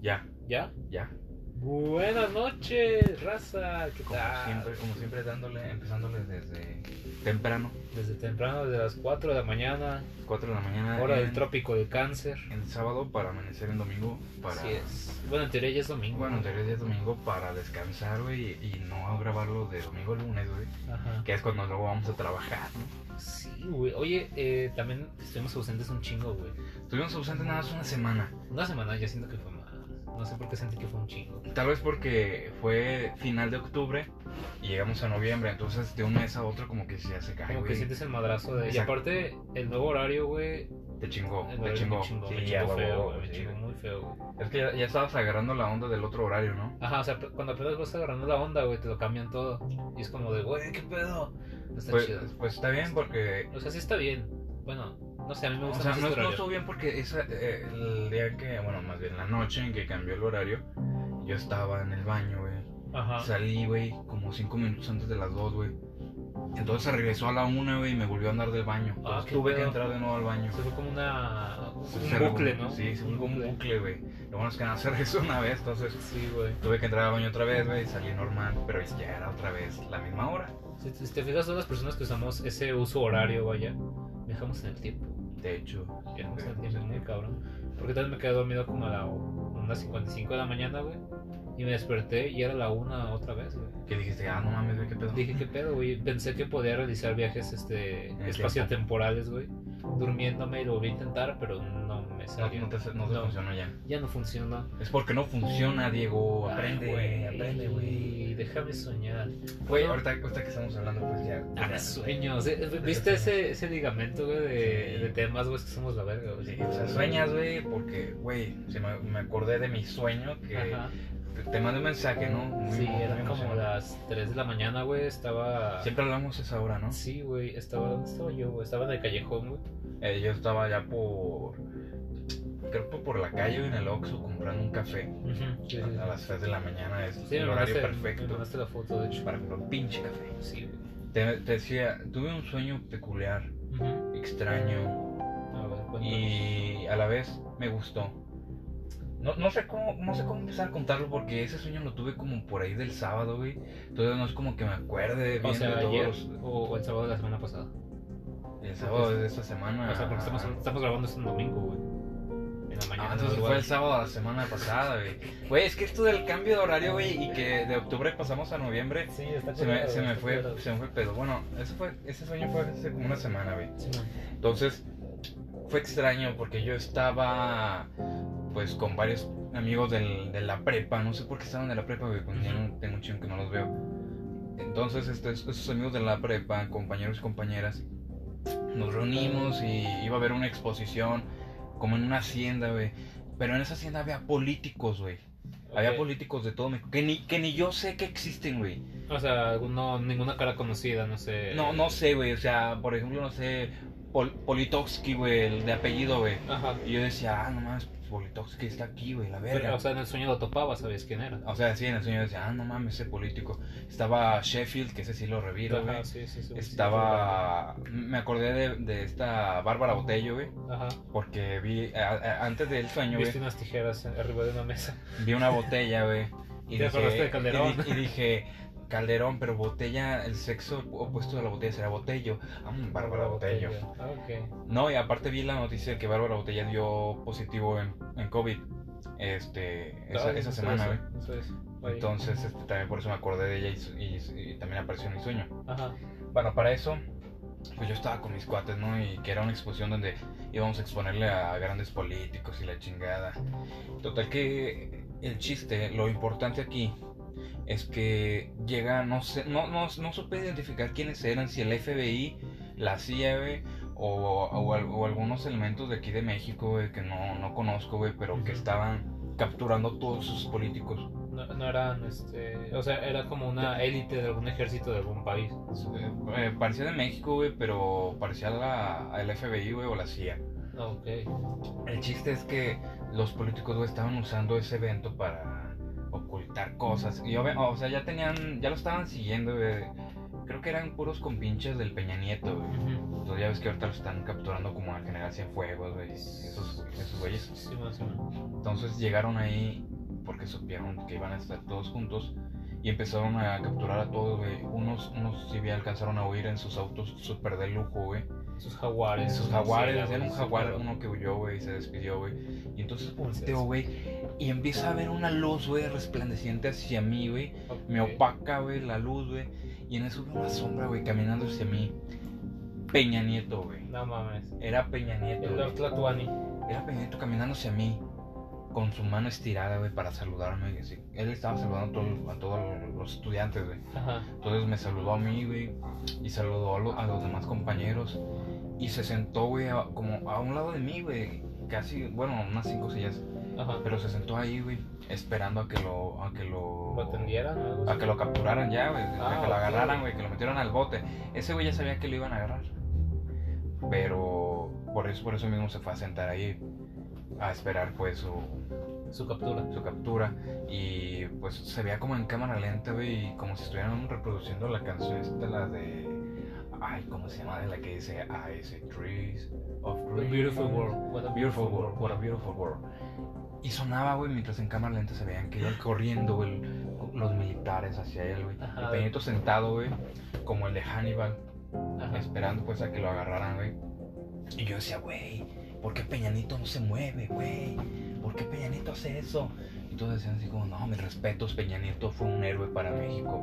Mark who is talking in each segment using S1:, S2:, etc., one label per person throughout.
S1: Ya,
S2: ¿Ya?
S1: ya.
S2: Buenas noches, raza. ¿Qué
S1: Como
S2: tal?
S1: siempre, como siempre dándole, empezándole desde temprano,
S2: Desde temprano, desde las 4 de la mañana,
S1: 4 de la mañana.
S2: hora
S1: en,
S2: del trópico del cáncer.
S1: En sábado para amanecer en domingo para.
S2: Así es. Bueno, en teoría ya es domingo.
S1: Bueno, en teoría ya es domingo para descansar, güey, y y no grabarlo de domingo a lunes, güey,
S2: Ajá.
S1: que es cuando luego vamos a trabajar, ¿no?
S2: Sí, güey. Oye, eh, también estuvimos ausentes un chingo, güey.
S1: Estuvimos ausentes nada más una semana,
S2: Una semana ya siento que fue más. No sé por qué sentí que fue un chingo.
S1: tal vez porque fue final de octubre y llegamos a noviembre, entonces de un mes a otro como que ya se cae,
S2: Como que
S1: güey.
S2: sientes el madrazo de. Y
S1: Exacto.
S2: aparte, el nuevo horario, güey.
S1: Te chingó,
S2: el
S1: te
S2: horario
S1: chingó.
S2: Me chingó,
S1: Sí,
S2: me
S1: ya,
S2: chingó
S1: güey,
S2: feo,
S1: güey,
S2: güey. Me
S1: sí,
S2: chingó
S1: güey.
S2: muy feo, güey.
S1: Es que ya, ya estabas agarrando la onda del otro horario, ¿no?
S2: Ajá, o sea, cuando apenas vas agarrando la onda, güey, te lo cambian todo. Y es como de, güey, ¿qué pedo? No está
S1: Pues,
S2: chido.
S1: pues está bien porque...
S2: O sea, sí está bien. Bueno, no sé, a mí me
S1: O
S2: gusta
S1: sea,
S2: más
S1: no,
S2: este
S1: no
S2: horario.
S1: estuvo bien porque esa, eh, el día que, bueno, más bien la noche en que cambió el horario, yo estaba en el baño, güey.
S2: Ajá.
S1: Salí, güey, como cinco minutos antes de las dos, güey. Entonces se regresó a la una, güey, y me volvió a andar del baño.
S2: Ah,
S1: Entonces
S2: qué
S1: tuve que
S2: pedo.
S1: entrar de nuevo al baño.
S2: O sea, fue como una...
S1: Se
S2: un bucle,
S1: regresó-
S2: ¿no?
S1: Sí, sí, un, un bucle, güey. Lo bueno es que nada se regresó una vez, entonces
S2: Sí, güey.
S1: tuve que entrar al baño otra vez, güey, salí normal, pero ya era otra vez la misma hora.
S2: Si, si te fijas, todas las personas que usamos ese uso horario, vaya, viajamos en el tiempo.
S1: De hecho, eh,
S2: Viajamos en el tiempo, es muy cabrón. Porque tal vez me quedé dormido como a la 1.55 de la mañana, güey. Y me desperté y era la 1 otra vez, güey.
S1: que dijiste, ah, no mames, güey, qué pedo.
S2: Dije, ¿qué pedo, güey? Pensé que podía realizar viajes este,
S1: el
S2: espaciotemporales, güey. Durmiéndome y lo volví a intentar, pero no me
S1: No,
S2: salió.
S1: no te, no te
S2: No.
S1: funcionó ya.
S2: Ya no funciona.
S1: Es porque no funciona, Diego. Aprende,
S2: Ay,
S1: aprende, güey.
S2: Déjame soñar.
S1: Güey, ahorita, ahorita que estamos hablando, pues ya.
S2: Ah,
S1: ya-
S2: sueños. eh, ¿Viste ese, ese ligamento, güey, de,
S1: Sí.
S2: de temas, güey, que somos la verga, güey?
S1: Sí, pues, o sea, sueñas, güey, porque, güey, se me, me acordé de mi sueño que
S2: Ajá.
S1: te, te mandé un mensaje, ¿no? Muy-
S2: Sí,
S1: muy
S2: eran como
S1: emocionante.
S2: las 3 de la mañana, güey. Estaba.
S1: Siempre hablamos a esa hora, ¿no?
S2: Sí, güey. Estaba. ¿Dónde estaba yo, güey? Estaba en el callejón, güey.
S1: Eh, yo estaba allá por. Creo que por la calle en el Oxxo comprando un café
S2: Ujú, sí, sí,
S1: a
S2: sí.
S1: las 3 de la mañana. Es
S2: Sí, me
S1: el
S2: mandaste,
S1: horario
S2: me
S1: perfecto
S2: mandaste la foto, de hecho.
S1: para comprar un pinche café.
S2: Sí, güey.
S1: Te, te decía, tuve un sueño peculiar,
S2: Ujú.
S1: extraño.
S2: A ver, cuéntame.
S1: y a la vez me gustó. No, no, sé cómo, no sé cómo empezar a contarlo porque ese sueño lo tuve como por ahí del sábado, güey. Entonces no es como que me acuerde bien
S2: O sea,
S1: de todos
S2: ayer
S1: los-
S2: o, o el sábado de la semana pasada.
S1: El sábado de esta semana.
S2: O sea, porque estamos, estamos grabando esto en domingo, güey. En la mañana.
S1: Ah, entonces fue
S2: madrugada.
S1: el sábado de la semana pasada, güey. Güey, es que esto del cambio de horario, güey, y que de octubre pasamos a noviembre,
S2: Sí, está
S1: se me, se me fue, se me fue el pedo. Bueno, ese, fue, ese sueño fue hace como una semana, güey. Entonces, fue extraño porque yo estaba pues con varios amigos del- de la prepa, no sé por qué estaban de la prepa, güey, porque ya no tengo un chingo que no los veo. Entonces, este, esos amigos de la prepa, compañeros y compañeras, nos reunimos y iba a haber una exposición como en una hacienda, güey. Pero en esa hacienda había políticos, güey. Había políticos de todo México. Que ni, que ni yo sé que existen, güey.
S2: O sea, alguno, ninguna cara conocida, no sé.
S1: No, no sé, güey. O sea, por ejemplo, no sé, Pol- Politowski, güey, el de apellido, güey.
S2: Ajá.
S1: Y yo decía, ah, no mames, Politoxki está aquí, güey, la
S2: Pero,
S1: verga.
S2: o sea, en el sueño lo topaba, sabías quién era.
S1: o sea, sí, en el sueño yo decía, ah, no mames, ese político. Estaba Sheffield, que ese sí lo reviro, güey.
S2: Ajá, sí, sí, sí, sí,
S1: Estaba. Me acordé de, de esta Bárbara Botello, güey.
S2: sí, sí. Ajá.
S1: Porque vi. a- a- antes del sueño,
S2: Viste
S1: güey.
S2: unas tijeras arriba de una mesa.
S1: Vi una botella, güey. Y
S2: ¿Te acordaste de Calderón?
S1: Y, di- y dije. Calderón, pero botella, el sexo opuesto de la botella será botello. Ah, mm, Bárbara Botello.
S2: Ah, ok.
S1: No, y aparte vi la noticia que Bárbara Botella dio positivo en, en COVID este, esa,
S2: Ah,
S1: esa
S2: no
S1: semana,
S2: sabía
S1: güey.
S2: eso, no sabía eso. Oye.
S1: Entonces, este, también por eso me acordé de ella y su- y, su- y también apareció en mi sueño.
S2: Ajá.
S1: Bueno, para eso, pues yo estaba con mis cuates, ¿no? Y que era una exposición donde íbamos a exponerle a grandes políticos y la chingada. Total que el chiste, lo importante aquí es que llega, no sé, no, no, no supe identificar quiénes eran, si el FBI, la CIA, güey, o, o al- o algunos elementos de aquí de México, güey, que no, no conozco, güey, pero que
S2: Ujú.
S1: estaban capturando todos sus políticos.
S2: No, no eran, este. O sea, era como una élite de algún ejército de algún país.
S1: Eh, eh, parecía de México, güey, pero parecía la, al FBI, güey, o la CIA.
S2: Ok.
S1: El chiste es que los políticos, güey, estaban usando ese evento para ocultar cosas. Y, obvia- o sea, ya tenían, ya lo estaban siguiendo, güey. Creo que eran puros compinches del Peña Nieto, güey.
S2: Ujú.
S1: Entonces ya ves que ahorita lo están capturando como al general Cienfuegos, güey, esos, esos güeyes.
S2: Sí, más o menos.
S1: Entonces llegaron ahí porque supieron que iban a estar todos juntos y empezaron a capturar a todos, güey. Unos, unos sí alcanzaron a huir en sus autos súper de lujo, güey.
S2: Sus jaguares.
S1: Sus
S2: sus
S1: jaguares,
S2: murciélagos,
S1: era un
S2: sus
S1: jaguar,
S2: perros.
S1: uno que huyó, güey, y se despidió, güey. Y entonces pues, volteo,
S2: Entonces-
S1: güey, y empieza a ver una luz, güey, resplandeciente hacia mí, güey.
S2: Ok.
S1: Me opaca, güey, la luz, güey. Y en eso veo una sombra, güey, caminando hacia mí. Peña Nieto, güey.
S2: No mames.
S1: Era Peña Nieto,
S2: El
S1: güey.
S2: Lord Tlatuani.
S1: Era Peña Nieto caminando hacia mí. Con su mano estirada, güey, para saludarme. y así. Él estaba saludando a todo- a todos los estudiantes, güey.
S2: Ajá.
S1: Entonces me saludó a mí, güey, y saludó a, lo- a los demás compañeros. Y se sentó, güey, a- como a un lado de mí, güey, casi, bueno, unas cinco sillas.
S2: Ajá.
S1: Pero se sentó ahí, güey, esperando a que lo, a que lo,
S2: ¿Lo atendieran o algo
S1: a
S2: así?
S1: que lo capturaran ya, güey, a
S2: Ah,
S1: que lo
S2: ok.
S1: agarraran, güey, que lo metieran al bote. Ese güey ya sabía que lo iban a agarrar, pero por eso, por eso mismo se fue a sentar ahí a esperar, pues, su,
S2: Su captura.
S1: su captura y pues se veía como en cámara lenta, güey, y como si estuvieran reproduciendo la canción esta, la de... Ay, ¿cómo se llama? De la que dice I see trees of
S2: A
S1: green.
S2: beautiful world. What
S1: A beautiful world, what a beautiful world. Y sonaba, güey, mientras en cámara lenta se veían que iban corriendo, güey, los militares hacia él, güey.
S2: Ajá.
S1: Y Peñito sentado, güey, como el de Hannibal,
S2: Ajá.
S1: esperando pues a que lo agarraran, güey. Y yo decía, güey, ¿por qué Peñanito no se mueve, güey? ¿Por qué Peñanito hace eso? Y todos decían así como, no, mis respetos, Peñanito fue un héroe para México.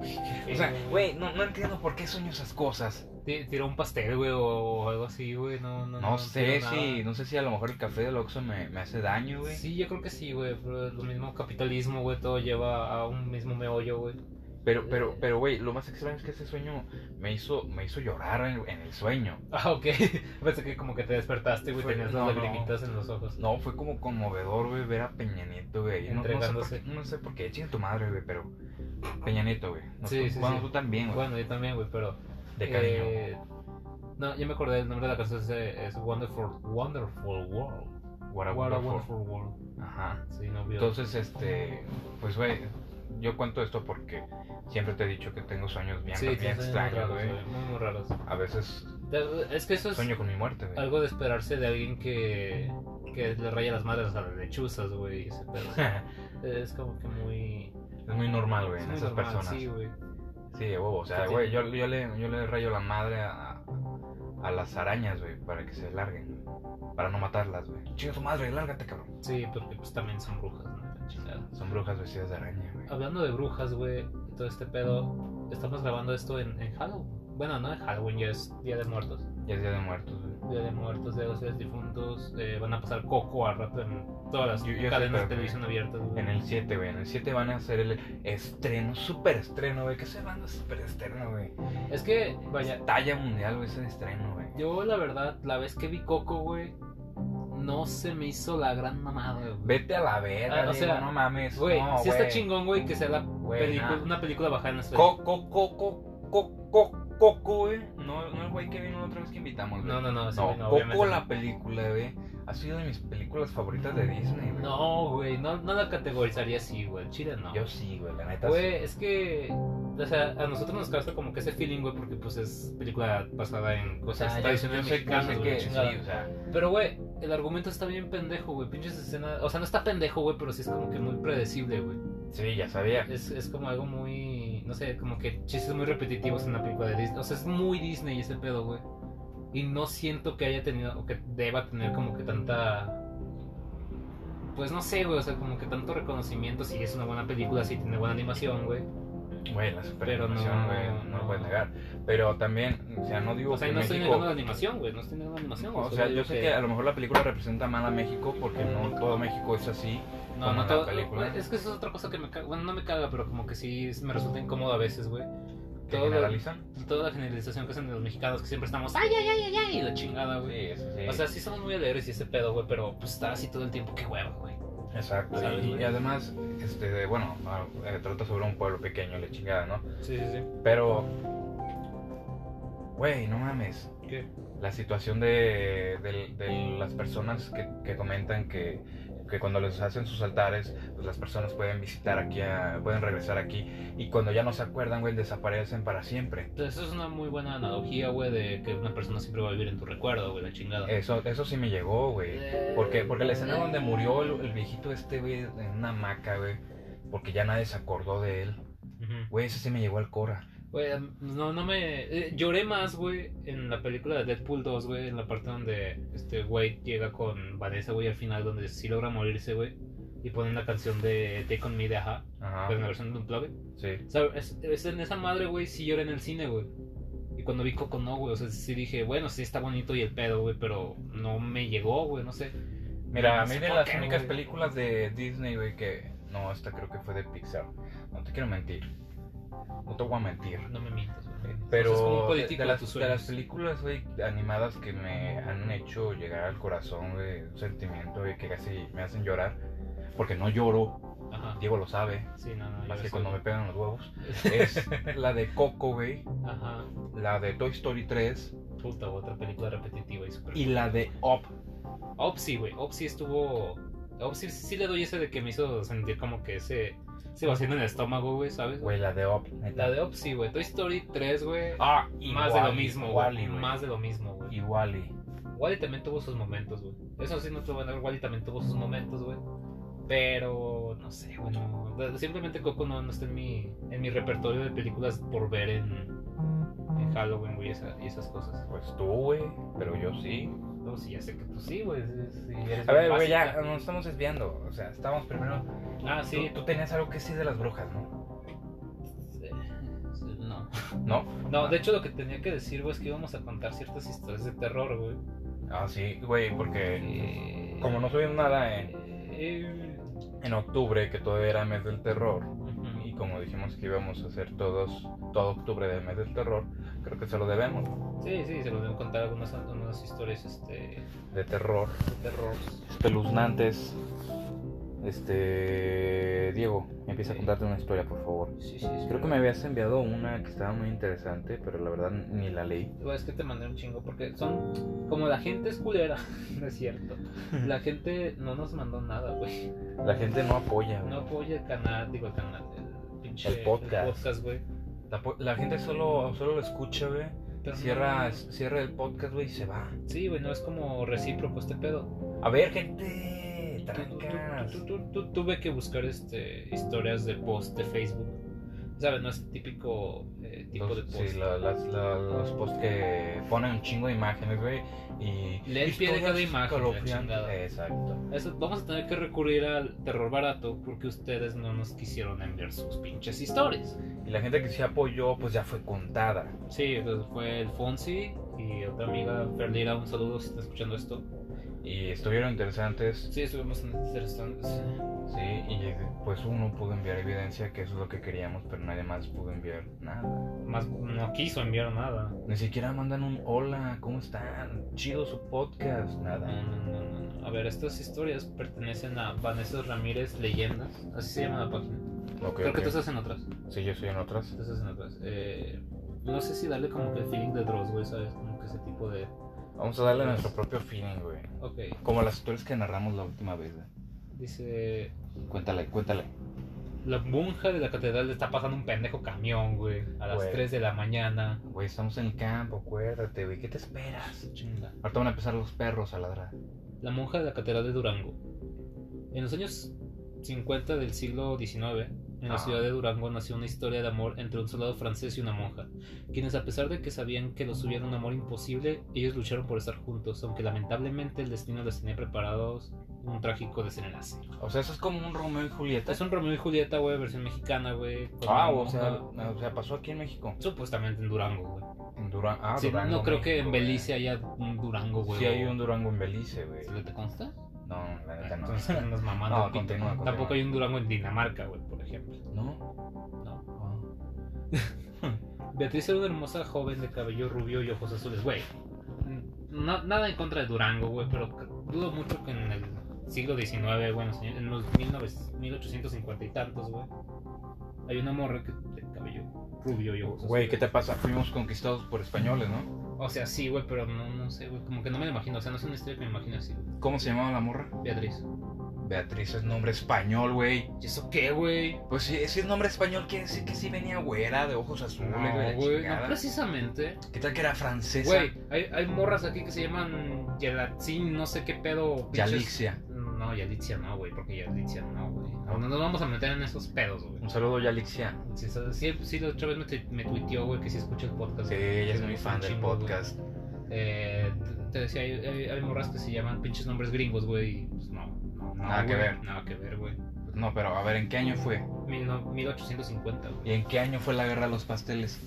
S1: O sea, güey, no, no entiendo por qué sueño esas cosas.
S2: Ti- Tiró un pastel, güey, o algo así, güey. No, no,
S1: No, sé
S2: entiendo
S1: si,
S2: nada.
S1: no sé si a lo mejor el café del Oxxo me, me hace daño, güey.
S2: Sí, yo creo que sí, güey. Pero lo mismo capitalismo, güey. Todo lleva a un mismo meollo, güey.
S1: Pero, pero, pero, güey, lo más extraño es que ese sueño me hizo, me hizo llorar en, en el sueño.
S2: Ah, ok. Pensé que como que te despertaste, güey.
S1: Fue-
S2: Tenías
S1: no, no.
S2: las lagrimitas en los ojos.
S1: No, fue como conmovedor, güey, ver a Peña Nieto, güey. ahí. No, no sé por
S2: Entregándose.
S1: qué, no sé por qué, chinga tu madre, güey, pero Peña Nieto, güey. Nos-
S2: Sí, sí,
S1: bueno,
S2: sí.
S1: tú también, güey.
S2: Bueno, yo también, güey, pero.
S1: de cariño.
S2: eh, no, yo me acordé el nombre de la canción es, eh, es Wonderful, Wonderful World.
S1: What a
S2: What a
S1: wonderful-
S2: Wonderful World.
S1: Ajá.
S2: Sí, no vio.
S1: Entonces, este, pues, güey, yo cuento esto porque siempre te he dicho que tengo sueños bien,
S2: sí,
S1: bien
S2: sí, sueños muy
S1: extraños,
S2: raros,
S1: güey.
S2: güey, Muy, muy raros.
S1: A veces
S2: De- Es que eso es
S1: sueño con mi muerte, güey.
S2: algo de esperarse de alguien que, que le raya las madres a las lechuzas, güey. y ese pedo.
S1: es
S2: es como que muy.
S1: muy normal, güey,
S2: es
S1: en
S2: muy
S1: esas
S2: normal,
S1: personas.
S2: Sí, güey.
S1: Sí, de huevo. O sea,
S2: Sí.
S1: güey, yo, yo, le, yo le rayo la madre a, a las arañas, güey, para que se larguen, güey. Para no matarlas, güey. Chinga tu madre, lárgate, cabrón.
S2: Sí, porque pues también son brujas, ¿no? La chingada.
S1: Son brujas vestidas de araña, güey.
S2: Hablando de brujas, güey, y todo este pedo, estamos grabando esto en, en Halloween. Bueno, no en Halloween, ya es Día de Muertos.
S1: Ya es día de muertos, güey.
S2: Día de Muertos, Día de los Días Difuntos. eh, van a pasar coco al rato en todas las
S1: Yo- yo sé,
S2: cadenas
S1: pero,
S2: de televisión abiertas, güey.
S1: En el 7, güey. En el 7 van a hacer el estreno, super estreno, güey. Que se van a super estreno, güey.
S2: Es que, vaya,
S1: Talla mundial, güey, ese estreno, güey.
S2: yo la verdad, la vez que vi coco, güey, no se me hizo la gran mamada, güey.
S1: Vete a la verga,
S2: Ah, o
S1: Diego,
S2: sea,
S1: no mames.
S2: Güey,
S1: no,
S2: sí está chingón, güey, que sea la
S1: Güey,
S2: película,
S1: nah.
S2: una película bajada en las fechas.
S1: Coco, coco, coco, coco, güey. No, no el güey que vino la otra vez que invitamos, güey.
S2: No, no, no, sí,
S1: No,
S2: güey, no,
S1: Coco
S2: obviamente
S1: la película, güey, ha sido de mis películas favoritas de Disney, güey.
S2: No, güey, no, no la categorizaría así, güey. Chile no.
S1: Yo sí, güey, la neta.
S2: Güey, es que. O sea, a nosotros nos causa como que ese feeling, güey, porque pues es película basada en
S1: sí. O sea,
S2: cosas
S1: yo-
S2: tradicionales
S1: yo sé- yo sé
S2: mexicanas, güey,
S1: que sí,
S2: chingada.
S1: o sea,
S2: Pero, güey, el argumento está bien pendejo, güey. Pinches escenas. O sea, no está pendejo, güey, pero sí es como que muy predecible, güey.
S1: sí, ya sabía.
S2: Es, es como algo muy. No sé, como que chistes muy repetitivos en la película de Disney. O sea, es muy Disney ese pedo, güey. Y no siento que haya tenido. O que deba tener como que tanta. Pues no sé, güey. O sea, como que tanto reconocimiento. Si es una buena película, si tiene buena animación, güey.
S1: Güey, la
S2: Pero no,
S1: superanimación, güey, no, lo
S2: no.
S1: puedes negar. Pero también, o sea, no digo
S2: O sea,
S1: que
S2: no estoy
S1: México...
S2: negando la animación, güey. No estoy negando la animación. güey,
S1: o
S2: solo
S1: sea, yo
S2: digo
S1: sé que a lo mejor la película representa mal a México porque no todo México es así.
S2: No,
S1: como
S2: no
S1: la
S2: todo. eh,
S1: película.
S2: Es que eso es otra cosa que me caga. Bueno, no me caga, pero como que sí es- me resulta incómodo a veces, güey.
S1: que
S2: Todo-
S1: generalizan.
S2: Toda la generalización que hacen de los mexicanos que siempre estamos ay, ay, ay, ay, ay, y la chingada, güey.
S1: Sí, eso sí.
S2: O sea, sí somos muy alegres y ese pedo, güey, pero pues estar así todo el tiempo, qué huevo, güey.
S1: Exacto.
S2: ¿sabes,
S1: Y,
S2: güey?
S1: y además, este, de- bueno, ah, eh, trata sobre un pueblo pequeño, la chingada, ¿no?
S2: Sí, sí, sí.
S1: Pero, güey, no mames.
S2: ¿Qué?
S1: La situación de, del- de las personas que, que comentan que, que cuando les hacen sus altares, pues las personas pueden visitar aquí, a- pueden regresar aquí. Y cuando ya no se acuerdan, güey, desaparecen para siempre.
S2: Entonces, eso es una muy buena analogía, güey, de que una persona siempre va a vivir en tu recuerdo, güey, la chingada.
S1: Eso, eso sí me llegó, Eh, güey.
S2: Eh,
S1: Porque, porque la escena donde murió el, el viejito este, güey, en una hamaca, güey. porque ya nadie se acordó de él.
S2: Ujú.
S1: Güey, ese sí me llegó al Cora.
S2: Güey, em, no, no me. eh, lloré más, güey, en la película de Deadpool 2, güey, en la parte donde este güey llega con Vanessa, güey, al final, donde sí logra morirse, güey, y ponen la canción de Take On Me de Aja,
S1: Ajá.
S2: pero en la versión de Unplugged.
S1: Sí.
S2: O sea, es, es en esa madre, güey, sí lloré en el cine, güey. Y cuando vi Coco, no, güey, o sea, sí dije, bueno, sí está bonito y el pedo, güey, pero no me llegó, güey, no sé.
S1: Mira,
S2: No
S1: a mí
S2: sé
S1: de
S2: Pues, por
S1: las
S2: qué,
S1: únicas
S2: güey.
S1: películas de Disney, güey, que. No, esta creo que fue de Pixar. No te quiero mentir. No te voy a mentir.
S2: No me mientas, güey.
S1: Pero
S2: O sea, es como un
S1: de-
S2: político
S1: de,
S2: de
S1: las,
S2: tus
S1: de las
S2: sueños.
S1: películas güey, animadas que me han hecho llegar al corazón, güey, un sentimiento güey, que casi me hacen llorar, porque no lloro,
S2: Ajá.
S1: Diego lo sabe,
S2: Sí, no, no.
S1: más
S2: yo
S1: que
S2: sé,
S1: cuando me
S2: güey.
S1: pegan los huevos, es la de Coco, güey,
S2: Ajá.
S1: la de Toy Story 3
S2: Puta, otra película repetitiva y super.
S1: y la de Up.
S2: Opsy, güey. Opsy estuvo. Opsy sí, sí le doy ese de que me hizo sentir como que ese. Se vacío en el estómago, güey, ¿sabes?
S1: Güey, la de Up. neta.
S2: La de Opsy, güey. Toy Story 3, güey.
S1: Ah, y
S2: más de lo
S1: Wall-E,
S2: mismo,
S1: Wall-E,
S2: güey.
S1: güey.
S2: Más de lo mismo, güey.
S1: Y Wall-E.
S2: Wally también tuvo sus momentos, güey. Eso sí, no te lo voy a negar. Wally también tuvo sus momentos, güey. Pero, no sé, güey. no. Simplemente Coco no, no está en mi, en mi repertorio de películas por ver en, en Halloween, güey, y esa- y esas cosas.
S1: Pues tú, güey, pero yo sí.
S2: No, sí, ya sé que tú sí, güey. sí, sí, eres
S1: A ver,
S2: bien
S1: güey, ya
S2: básica.
S1: nos estamos desviando. O sea, estábamos primero.
S2: Ah, sí.
S1: Tú, tú tenías algo que decir de las brujas, ¿no?
S2: Sí, sí, No.
S1: ¿No?
S2: No, de hecho lo que tenía que decir, güey, es que íbamos a contar ciertas historias de terror, güey.
S1: Ah, sí, güey, porque
S2: Eh,
S1: como no subimos nada en,
S2: eh,
S1: en octubre, que todavía era mes del terror,
S2: ujú.
S1: y como dijimos que íbamos a hacer todos, todo octubre del mes del terror, creo que se lo debemos,
S2: Sí, sí, se los deben contar algunas, algunas historias este,
S1: de terror,
S2: de terror.
S1: espeluznantes. Este. Diego, empieza a contarte una historia, por favor.
S2: Sí, sí, es
S1: Creo que me
S2: verdad.
S1: habías enviado una que estaba muy interesante, pero la verdad ni la leí.
S2: Güey, Es que te mandé un chingo porque son... Como la gente es culera, no es cierto. La gente no nos mandó nada, güey.
S1: La gente no apoya, güey.
S2: No apoya el canal, digo el canal, el pinche...
S1: El podcast.
S2: El podcast, güey.
S1: La, po- la gente solo, solo lo escucha, güey.
S2: Pero
S1: Cierra,
S2: no-
S1: cierra el podcast, güey, y se va.
S2: Sí, güey, no es como recíproco este pedo.
S1: A ver, gente,
S2: Tu- tu-
S1: trancas.
S2: tu- tu- tu- tu- Tuve que buscar este historias de post de Facebook. ¿Sabes? No es el típico eh, tipo de
S1: Los,
S2: post.
S1: sí, la- las- la- los posts que ponen un chingo de imágenes, güey. Y
S2: Lee el pie de cada
S1: historias
S2: imagen, la
S1: escalofriantes.
S2: chingada.
S1: Exacto.
S2: Eso- vamos a tener que recurrir al terror barato porque ustedes no nos quisieron enviar sus pinches historias.
S1: Y la gente que sí apoyó, pues ya fue contada.
S2: Sí, entonces fue el Fonsi y otra amiga, Ferdira, un saludo si está escuchando esto.
S1: Y estuvieron interesantes,
S2: Sí, estuvimos en este interesantes.
S1: sí. Y pues uno pudo enviar evidencia que eso es lo que queríamos, pero nadie más pudo enviar nada.
S2: Más no quiso enviar nada.
S1: Ni siquiera mandan un hola, ¿cómo están? Chido su podcast,
S2: No,
S1: nada.
S2: no, no, no, no. A ver, estas historias pertenecen a Vanessa Ramírez Leyendas. Así se llama la página.
S1: Ok,
S2: Creo
S1: ok.
S2: que tú estás en otras.
S1: Sí, yo soy en otras.
S2: Tú estás en otras. Eh, no sé si darle como que el feeling de Dross, güey, ¿sabes? Como que ese tipo de.
S1: Vamos a darle
S2: Pues
S1: nuestro propio feeling, güey.
S2: Ok,
S1: Como las historias que narramos la última vez, güey.
S2: dice.
S1: Cuéntale, cuéntale.
S2: La monja de la catedral le está pasando un pendejo camión, güey. A las
S1: Güey.
S2: 3 de la mañana.
S1: Güey, estamos en el campo, acuérdate, güey. ¿Qué te esperas?
S2: Chinga.
S1: Ahorita van a empezar los perros a ladrar.
S2: La monja de la catedral de Durango. En los años 50 del siglo XIX, en la
S1: Ah.
S2: ciudad de Durango nació una historia de amor entre un soldado francés y una monja, quienes a pesar de que sabían que los hubiera un amor imposible, ellos lucharon por estar juntos, aunque lamentablemente el destino les tenía preparados un trágico desenlace.
S1: O sea, eso es como un Romeo y Julieta.
S2: Es un Romeo y Julieta, güey, versión mexicana, güey. con una
S1: Ah, o
S2: monja,
S1: sea, o sea, pasó aquí en México.
S2: Supuestamente en Durango, güey.
S1: En Durango. Ah,
S2: Sí,
S1: Durango,
S2: no creo que
S1: México,
S2: en
S1: güey.
S2: Belice haya un Durango, güey.
S1: Sí, hay
S2: o-
S1: un Durango en Belice, güey.
S2: ¿Te consta?
S1: No, la neta no.
S2: Entonces, unas mamadas.
S1: No,
S2: de pito.
S1: continúa, continúa.
S2: Tampoco hay un Durango en Dinamarca, güey, por ejemplo.
S1: ¿No?
S2: No.
S1: Ah.
S2: Beatriz era una hermosa joven de cabello rubio y ojos azules, güey. No- nada en contra de Durango, güey, pero dudo mucho que en el siglo XIX, güey, en los años- en los 1900 1850 y tantos, güey, hay una morra que, de cabello rubio y ojos azules.
S1: Güey, ¿qué te pasa? Fuimos conquistados por españoles, ¿no?
S2: O sea, sí, güey, pero no, no sé, güey, como que no me lo imagino, o sea, no es una historia que me imagino así, güey.
S1: ¿Cómo se llamaba la morra?
S2: Beatriz.
S1: Beatriz es nombre español, güey.
S2: ¿Y eso qué, güey?
S1: Pues sí, ese es nombre español quiere decir que sí venía güera, de ojos azules,
S2: No,
S1: güey, la
S2: güey, no
S1: chingada.
S2: precisamente.
S1: ¿Qué tal que era francesa?
S2: Güey, hay, hay morras aquí que se llaman Yelatzin, no sé qué pedo. pinches-
S1: Yalixia.
S2: No, Yalitzia no, güey, porque Yalitzia no, güey. No, no nos vamos a meter en esos pedos, güey.
S1: Un saludo ya, Alexia.
S2: Sí, sí, sí, sí, la otra vez me, tu- me tuiteó, güey, que sí escucha el podcast.
S1: Sí,
S2: güey.
S1: ella es
S2: me
S1: muy
S2: gusta
S1: fan
S2: un
S1: del
S2: chingo, güey.
S1: podcast.
S2: Eh, te- te decía, hay, hay- hay morras que se llaman pinches nombres gringos, güey. y, Pues no, no, no,
S1: Nada que
S2: güey,
S1: ver.
S2: Nada que ver, güey.
S1: No, pero a ver, ¿en qué año fue?
S2: Mil no- 1850, güey.
S1: ¿Y en qué año fue la guerra de los pasteles?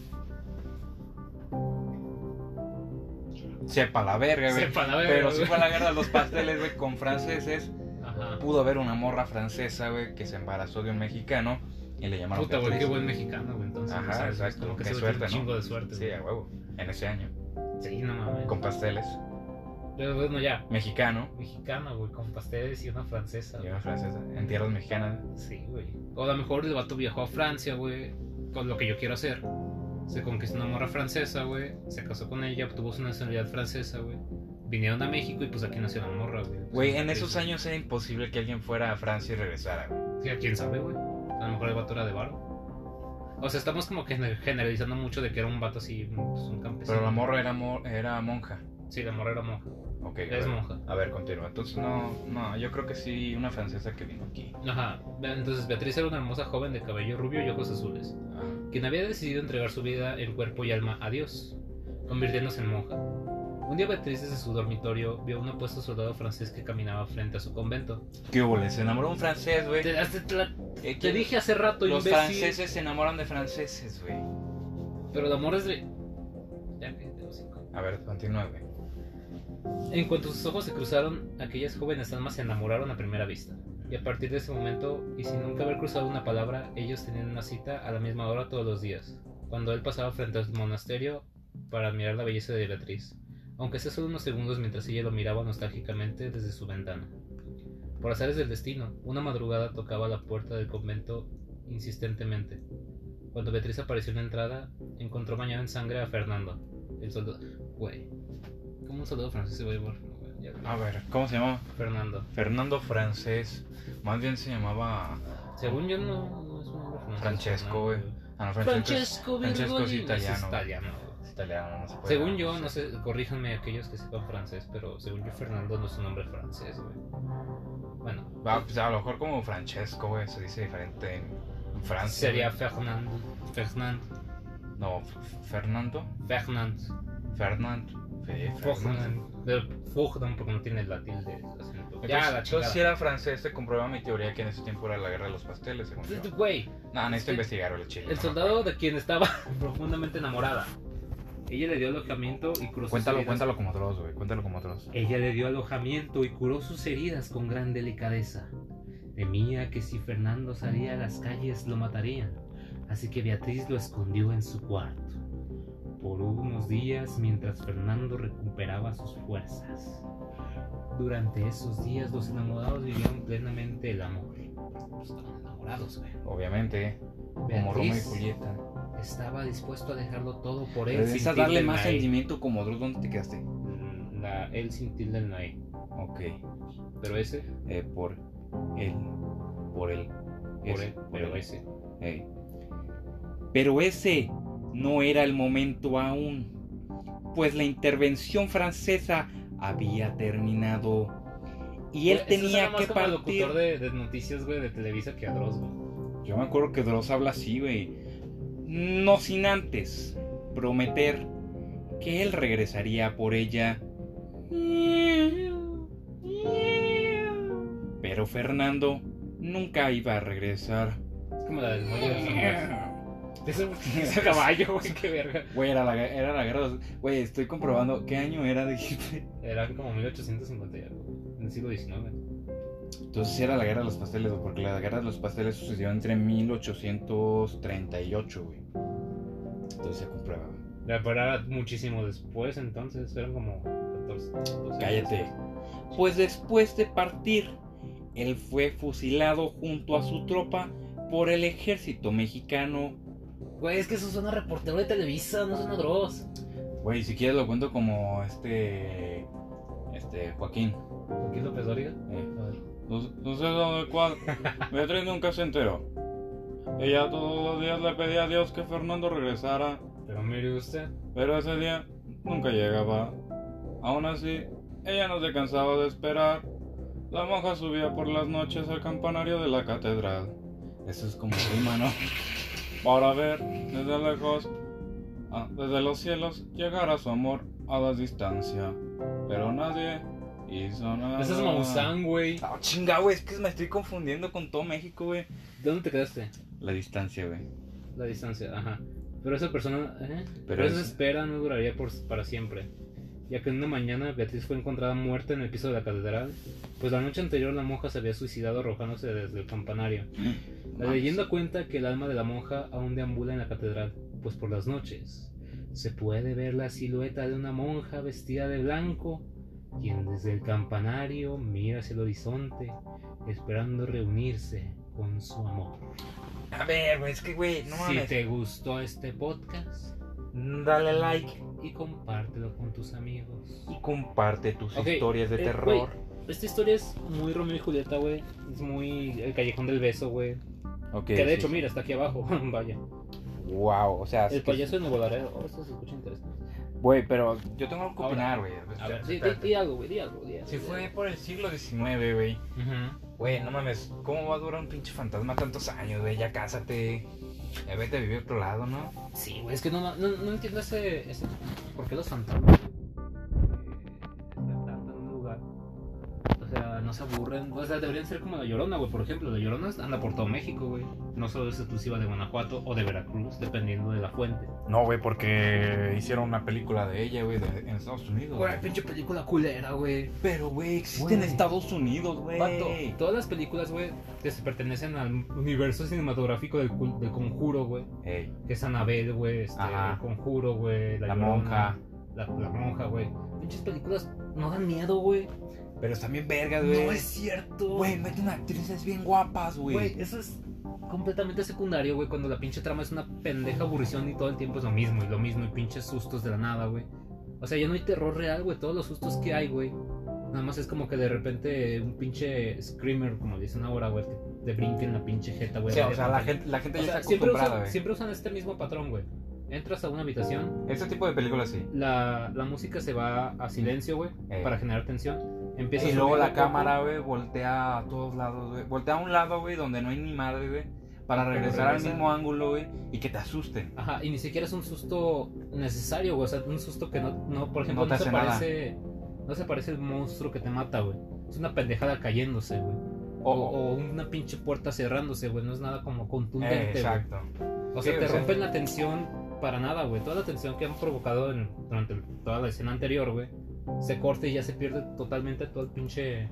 S1: Sepa la verga, güey.
S2: Sepa la verga,
S1: Pero si
S2: güey. Ah.
S1: fue la guerra de los pasteles, güey, con franceses.
S2: Ajá.
S1: Pudo haber una morra francesa, güey, que se embarazó de un mexicano y le llamaron
S2: Puta, güey,
S1: Beatriz.
S2: qué buen mexicano, güey. Entonces,
S1: Ajá,
S2: o sea, es
S1: exacto,
S2: Como que
S1: qué
S2: se ve
S1: suerte,
S2: un
S1: ¿no?
S2: chingo de suerte,
S1: Sí,
S2: güey.
S1: a huevo. En ese año.
S2: Sí, no mames.
S1: Con pasteles.
S2: Pero bueno, ya.
S1: Mexicano.
S2: Mexicana, güey, con pasteles y una francesa.
S1: Y
S2: güey.
S1: una francesa. En tierras mexicanas.
S2: Sí, güey. O a lo mejor el vato viajó a Francia, güey, con lo que yo quiero hacer. Se conquistó una morra francesa, güey. Se casó con ella, obtuvo su nacionalidad francesa, güey. Vinieron a México y pues aquí nació la morra, güey.
S1: Güey, en esos años era imposible que alguien fuera a Francia y regresara, güey.
S2: Sí, ¿Quién sabe, güey? A lo mejor el vato era de varo. O sea, estamos como que generalizando mucho de que era un vato así, pues, un campesino.
S1: Pero la morra era, mo- era monja.
S2: Sí, la morra era monja.
S1: Ok,
S2: Es
S1: a ver.
S2: monja.
S1: A ver, continúa. Entonces, no, no, yo creo que sí, una francesa que vino aquí.
S2: Ajá. Entonces Beatriz era una hermosa joven de cabello rubio y ojos azules.
S1: Ah,
S2: quien había decidido entregar su vida en cuerpo y alma a Dios, convirtiéndose en monja. Un día Beatriz desde su dormitorio vio a un apuesto soldado francés que caminaba frente a su convento.
S1: ¿Qué hubo? Se enamoró un francés, güey.
S2: Te, hace- te la-
S1: Eh,
S2: te dije hace rato,
S1: Los
S2: imbécil,
S1: franceses se enamoran de franceses, güey.
S2: pero el amor es de... Ya, cállate, los cinco.
S1: A ver, continúa, güey.
S2: En cuanto sus ojos se cruzaron, aquellas jóvenes almas se enamoraron a primera vista. Y a partir de ese momento, y sin nunca haber cruzado una palabra, ellos tenían una cita a la misma hora todos los días, cuando él pasaba frente al monasterio para admirar la belleza de Beatriz, aunque sea solo unos segundos mientras ella lo miraba nostálgicamente desde su ventana. Por azares del destino, una madrugada tocaba la puerta del convento insistentemente. Cuando Beatriz apareció en la entrada, encontró bañado en sangre a Fernando, el soldado. Güey, como un soldado francés se va a llevar? Ya,
S1: A ver, ¿cómo se llamaba?
S2: Fernando.
S1: Fernando Francés. Más bien se llamaba.
S2: Según yo no, no es un nombre francés.
S1: Francesco, güey. Ah, no, Francesco es
S2: Francesco
S1: Francesco es
S2: Virgolini.
S1: italiano,
S2: Es
S1: güey.
S2: italiano, güey.
S1: italiano, no se puede
S2: Según
S1: llamar.
S2: yo, no sé, corríjanme aquellos que sepan francés, pero según yo Fernando no es un nombre francés, güey. Bueno,
S1: Ah, pues, a lo mejor como Francesco, güey, se dice diferente en en Francia.
S2: sería
S1: güey.
S2: Fernando, Fernand,
S1: No, F- Fernando.
S2: Fernand,
S1: Fernand. Sí, Fernando.
S2: Fernand, de Fernand, porque no tiene la tilde el acento. Ya, la chingada.
S1: Entonces, entonces, si era francés, se comprueba mi teoría que en ese tiempo era la guerra de los pasteles, según yo.
S2: Güey,
S1: No, necesito
S2: el-
S1: investigar el chile. no
S2: el
S1: me
S2: soldado
S1: acuerdo.
S2: de quien estaba profundamente enamorada. Ella le dio alojamiento y cruzó
S1: Cuéntalo,
S2: sus vidas
S1: cuéntalo como otros, güey. Cuéntalo como otros.
S2: Ella le dio alojamiento y curó sus heridas con gran delicadeza. Temía que si Fernando salía a las calles lo matarían, así que Beatriz lo escondió en su cuarto. Por unos días mientras Fernando recuperaba sus fuerzas. Durante esos días los enamorados vivieron plenamente el amor. Pues, Estaban enamorados, güey.
S1: Obviamente, como Romeo y
S2: Beatriz
S1: Julieta.
S2: estaba dispuesto a dejarlo todo por él.
S1: Necesitas
S2: tilde
S1: darle
S2: en la
S1: más
S2: E.
S1: sentimiento como otros. ¿Dónde te quedaste?
S2: La, él sin tilde en la E.
S1: Ok.
S2: Pero ese,
S1: eh, por él, por él,
S2: por él, pero ese.
S1: Ey. Pero ese no era el momento aún, pues la intervención francesa había terminado y él
S2: Güey, Pues, eso suena
S1: tenía
S2: más
S1: que
S2: como el
S1: partir.
S2: locutor de, de noticias, güey, de Televisa que a Dross, güey.
S1: Yo me acuerdo que Dross habla así, güey. No sin antes prometer que él regresaría por ella. Pero Fernando nunca iba a regresar.
S2: Es como la del muelle de los hombres. Es un es un caballo, güey, qué verga.
S1: Güey, era la, gue- era la guerra. de los- Güey, estoy comprobando. ¿Qué año era, dijiste?
S2: Era como 1850 y algo, en el siglo XIX.
S1: Entonces sí era la guerra de los pasteles, güey, porque la guerra de los pasteles sucedió entre 1838, güey. Entonces se comprueba, güey.
S2: La parada muchísimo después, entonces, eran como 14. 12
S1: Cállate. Pues después de partir, él fue fusilado junto a su tropa por el ejército mexicano.
S2: Güey, es que eso suena reportero de Televisa, no suena Dross.
S1: Güey, si quieres lo cuento como este. Este, Joaquín.
S2: ¿Qué es López Dóriga?
S1: eh,
S2: A ver.
S1: No, no sé dónde cuál. Beatriz nunca se enteró. Ella todos los días le pedía a Dios que Fernando regresara,
S2: Pero mire usted.
S1: pero ese día nunca llegaba. Aún así, ella no se cansaba de esperar.
S3: La monja subía por las noches al campanario de la catedral
S1: Eso es como rima, ¿no?
S3: para ver desde lejos, ah, desde los cielos, llegar a su amor a la distancia. Pero nadie hizo nada.
S2: Ese es Maussan, güey.
S1: Ah, chinga, güey, es que me estoy confundiendo con todo México, güey.
S2: ¿Dónde te quedaste?
S1: La distancia, güey.
S2: La distancia, ajá. Pero esa persona, ¿eh?
S1: Pero
S2: Pero esa
S1: es-
S2: espera no duraría por, para siempre. Ya que en una mañana Beatriz fue encontrada muerta en el piso de la catedral, pues la noche anterior la monja se había suicidado arrojándose desde el campanario.
S1: Mm.
S2: La leyenda cuenta que el alma de la monja aún deambula en la catedral, pues por las noches se puede ver la silueta de una monja vestida de blanco, quien desde el campanario mira hacia el horizonte, esperando reunirse con su amor.
S1: A ver, güey, es que, güey, no
S2: si
S1: mames.
S2: te gustó este podcast,
S1: Dale like
S2: y compártelo con tus amigos.
S1: y comparte tus
S2: Ok,
S1: historias de
S2: eh,
S1: terror.
S2: Esta historia es muy Romeo y Julieta, güey. Es muy el callejón del beso, güey.
S1: Ok,
S2: que de
S1: sí,
S2: hecho,
S1: sí.
S2: mira, está aquí abajo. Vaya.
S1: Wow, o sea, es
S2: El
S1: que-
S2: payaso de Nuevo Laredo. Oh, esto se escucha interesante.
S1: Güey, pero yo tengo algo que
S2: Ahora,
S1: opinar, güey.
S2: A ver, di, di-
S1: Espérate.
S2: di algo, güey, di algo, di algo.
S1: Si
S2: di
S1: fue
S2: algo.
S1: por el siglo XIX, güey. Güey, no mames, ¿cómo va a durar un pinche fantasma tantos años, güey? Ya cásate. Ya vete a vivir a otro lado, ¿no?
S2: Sí, güey, es que no, ma- no, no entiendo ese, ese- ¿Por qué los fantasmas? eh, en un lugar? O sea, no se aburren. O sea, deberían ser como la Llorona, güey, por ejemplo. La Llorona anda por todo México, güey. No solo es exclusiva de Guanajuato o de Veracruz, dependiendo de la fuente.
S1: No, güey, porque hicieron una película de ella, güey, de- en Estados Unidos.
S2: Güey,
S1: güey.
S2: pinche película culera, güey.
S1: Pero, güey, existe en
S2: Güey.
S1: Estados Unidos, güey.
S2: Vato, todas las películas, güey, que se pertenecen al universo cinematográfico del, cul- del conjuro, güey.
S1: Ey,
S2: Que es Anabel, güey, este,
S1: Ajá.
S2: el conjuro, güey,
S1: la,
S2: la, Llorona,
S1: monja.
S2: La, la monja, güey. Pinches películas no dan miedo, güey.
S1: Pero están bien vergas, güey.
S2: No es cierto.
S1: Güey, meten actrices bien guapas, güey.
S2: Güey, eso es completamente secundario, güey. Cuando la pinche trama es una pendeja aburrición y todo el tiempo es lo mismo y lo mismo y pinches sustos de la nada, güey. O sea, ya no hay terror real, güey. Todos los sustos que hay, güey. Nada más es como que de repente un pinche screamer, como dicen ahora, güey, que te brinque en la pinche jeta, güey.
S1: Sí, o
S2: de
S1: sea, la
S2: repente.
S1: gente, la gente
S2: O
S1: ya
S2: sea,
S1: está
S2: siempre,
S1: acostumbrada,
S2: usan,
S1: güey.
S2: siempre usan este mismo patrón, güey. Entras a una habitación,
S1: Este tipo de películas sí.
S2: la, la música se va a silencio, güey,
S1: Eh.
S2: para generar tensión. Empieza a
S1: Y luego
S2: subir
S1: la
S2: poco a poco.
S1: cámara, güey, voltea a todos lados, güey. Voltea a un lado, güey, donde no hay ni madre, güey. Para regresar al
S2: regresa.
S1: mismo ángulo, güey, y que te asusten.
S2: Ajá, y ni siquiera es un susto necesario, güey. O sea, un susto que no, no por ejemplo,
S1: No te
S2: no, se
S1: hace nada.
S2: parece. No se parece el monstruo que te mata, güey. Es una pendejada cayéndose, güey.
S1: Oh,
S2: O, o una pinche puerta cerrándose, güey. No es nada como
S1: Eh,
S2: contundente, güey.
S1: exacto.
S2: O sea,
S1: Sí,
S2: te
S1: o sea-
S2: rompen la tensión para nada, güey. Toda la tensión que han provocado en- durante toda la escena anterior, güey. Se corta y ya se pierde totalmente todo el pinche.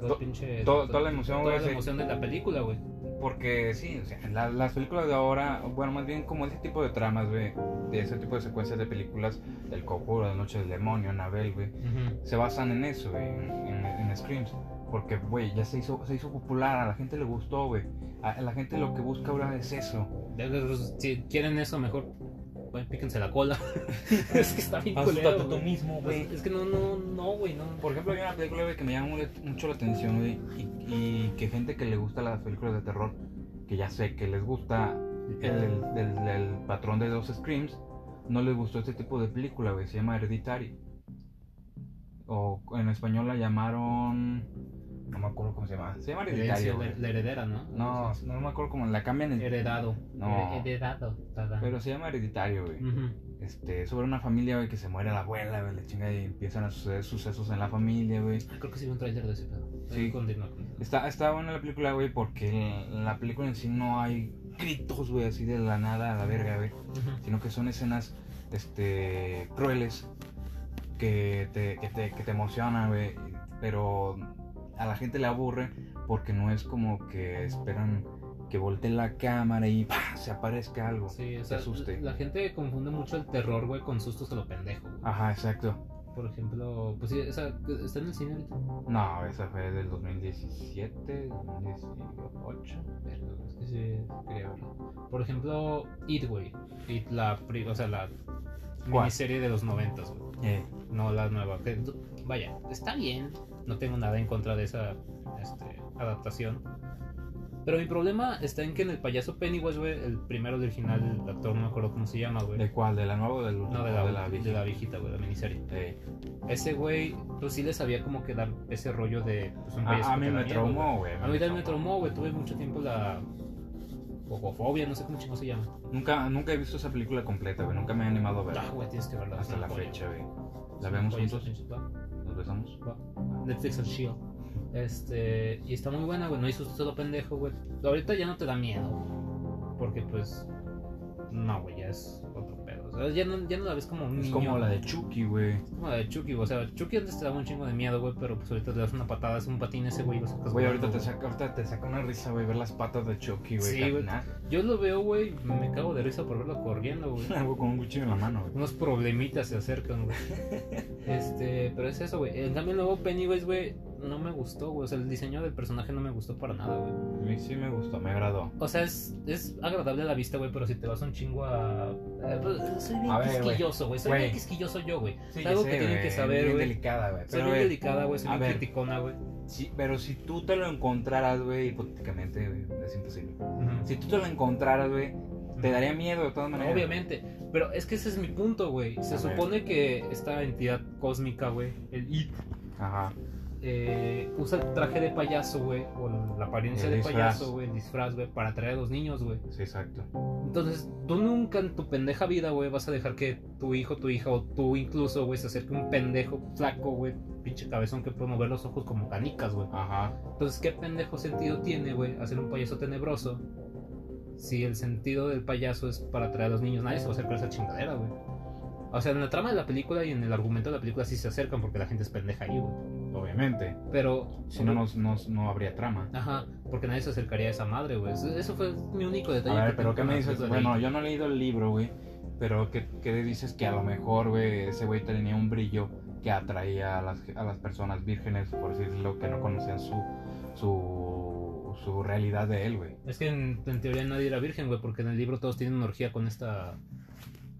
S2: Todo
S1: To-
S2: el pinche.
S1: to- toda la emoción,
S2: Toda
S1: güey,
S2: la
S1: sí.
S2: emoción de la película, güey.
S1: Porque sí, o sea, la- las películas de ahora, bueno, más bien como ese tipo de tramas, güey, de ese tipo de secuencias de películas, del conjuro, de Noche del Demonio, Anabel, güey, se basan en eso, güey, en, en, en Screams. Porque, güey, ya se hizo, se hizo popular, a la gente le gustó, güey. A, a la gente lo que busca ahora es eso.
S2: De- de- de- Si quieren eso, mejor bueno, píquense la cola. es que está bien
S1: Asústate
S2: culero,
S1: tú
S2: güey.
S1: mismo, güey.
S2: Es que no, no, no, güey, no.
S1: Por ejemplo, hay una película güey, que me llama mu- mucho la atención güey, y, y que gente que le gusta las películas de terror, que ya sé que les gusta el,
S2: Eh.
S1: el- el- el patrón de dos screams, no les gustó este tipo de película, güey, se llama Hereditary. O en español la llamaron... No me acuerdo cómo se llama. Se llama Hereditary,
S2: Herencia, la,
S1: güey.
S2: la heredera, ¿no?
S1: No,
S2: Sí.
S1: no me acuerdo cómo la cambian. el-
S2: Heredado.
S1: No.
S2: Here- Heredado. tada.
S1: Pero se llama Hereditario,
S2: Mm.
S1: güey.
S2: Ujú.
S1: Este, sobre una familia, güey, que se muere la abuela, güey, la chinga y empiezan a suceder sucesos en la familia, güey.
S2: Ah, Creo que sí vi un trailer de ese pedo.
S1: Sí.
S2: Continúa, continúa.
S1: Está, está buena la película, güey, porque en la película en sí no hay gritos, güey, así de la nada a la verga, güey.
S2: Ujú.
S1: Sino que son escenas, este, crueles que te, que te, que te emocionan, güey. Pero a la gente le aburre porque no es como que esperan que voltee la cámara y ¡pah! se aparezca algo.
S2: Sí, o sea,
S1: asuste.
S2: la gente confunde mucho el terror, güey, con sustos a lo pendejo. güey.
S1: Ajá, exacto.
S2: Por ejemplo, pues sí, o sea, está en el cine ahorita.
S1: No, esa fue del 2017, 2018,
S2: Pero es que sí, quería verlo. Por ejemplo, It, güey. It, la, pri- o sea, la
S1: ¿Cuál?
S2: miniserie de los noventas, güey.
S1: Eh,
S2: No la nueva. que tú- vaya, está bien. No tengo nada en contra de esa este, adaptación. Pero mi problema está en que en el payaso Pennywise, güey, el primero del final, el actor no me acuerdo cómo se llama, güey.
S1: ¿De cuál? ¿De la nueva o del
S2: No, de la, de la viejita, güey, la miniserie.
S1: Eh,
S2: Ese güey, pues sí le sabía como que dar ese rollo de pues, un payaso
S1: Ah, a, a
S2: que
S1: mí
S2: te da
S1: me
S2: miedo,
S1: traumó, güey.
S2: güey. A mí también me traumó, güey. Tuve mucho tiempo la Bogofobia, no sé cómo chingo se llama.
S1: Nunca, nunca he visto esa película completa, güey. Nunca me he animado a verla.
S2: Ah, güey, tienes que verla.
S1: hasta
S2: es
S1: la
S2: una joya.
S1: fecha, güey.
S2: Es
S1: ¿La
S2: una
S1: vemos
S2: joya esa
S1: juntos?
S2: pinche- va,
S1: ¿Nos besamos?
S2: va. Netflix and Shield. Este, y está muy buena, güey. No hay susto solo pendejo, güey. Ahorita ya no te da miedo. güey, Porque, pues, no, güey, ya es otro pedo. O sea, ya no, ya no la ves como un
S1: Es
S2: niño,
S1: como la
S2: güey.
S1: de Chucky, güey.
S2: Como la de Chucky, güey. O sea, Chucky antes te daba un chingo de miedo, güey, pero pues ahorita le das una patada, es un patín ese, güey, y lo sacas.
S1: Güey,
S2: volando,
S1: ahorita te, saca, ahorita te saca una risa, güey, ver las patas de Chucky, güey.
S2: Sí, güey.
S1: caminar.
S2: Yo lo veo, güey, me cago de risa por verlo corriendo, güey.
S1: Algo con un cuchillo en la mano, güey.
S2: Unos problemitas se acercan, güey. Este, pero es eso, güey. En cambio, el nuevo Pennywise, güey, no me gustó, güey. O sea, el diseño del personaje no me gustó para nada, güey.
S1: A mí sí me gustó, me agradó.
S2: O sea, es, es agradable a la vista, güey, pero si te vas un chingo a. eh, pues, soy bien
S1: A ver, güey.
S2: quisquilloso, güey. Soy
S1: Güey.
S2: bien quisquilloso yo, güey.
S1: Sí,
S2: Es algo que tienen
S1: güey,
S2: que saber,
S1: bien
S2: güey.
S1: delicada, güey.
S2: Soy
S1: Pero,
S2: bien
S1: güey,
S2: delicada, güey. Soy
S1: a
S2: bien
S1: ver.
S2: criticona, güey.
S1: sí, pero si tú te lo encontraras, güey, hipotéticamente, güey, es imposible. Si tú te lo encontraras, güey, te daría miedo de todas maneras.
S2: Obviamente, pero es que ese es mi punto, güey. Se
S1: A ver.
S2: supone que esta entidad cósmica, güey, el It,
S1: Ajá.
S2: eh, usa el traje de payaso, güey, o la apariencia
S1: El
S2: de
S1: disfraz.
S2: payaso, güey, el disfraz, güey, para atraer a los niños, güey.
S1: Sí, exacto.
S2: Entonces, tú nunca en tu pendeja vida, güey, vas a dejar que tu hijo, tu hija o tú incluso, güey, se acerque un pendejo flaco, güey, pinche cabezón que puede mover los ojos como canicas, güey.
S1: Ajá.
S2: Entonces, ¿qué pendejo sentido tiene, güey, hacer un payaso tenebroso? Si el sentido del payaso es para atraer a los niños, nadie se va a acercar a esa chingadera, güey. O sea, en la trama de la película y en el argumento de la película sí se acercan porque la gente es pendeja ahí, güey.
S1: Obviamente.
S2: Pero.
S1: Si no, nos- nos- no, habría trama.
S2: Ajá, porque nadie se acercaría a esa madre, güey. Eso- Eso fue mi único detalle.
S1: A ver,
S2: que
S1: pero
S2: tengo
S1: ¿qué
S2: con
S1: me
S2: la
S1: dices?
S2: película de
S1: Bueno,
S2: It.
S1: yo no he leído el libro, güey. Pero ¿qué, qué dices que a lo mejor, güey, ese güey tenía un brillo que atraía a las, a las personas vírgenes, por decirlo, que no conocían su, su, su realidad de él, güey?
S2: Es que en, en teoría nadie era virgen, güey, porque en el libro todos tienen una orgía con esta.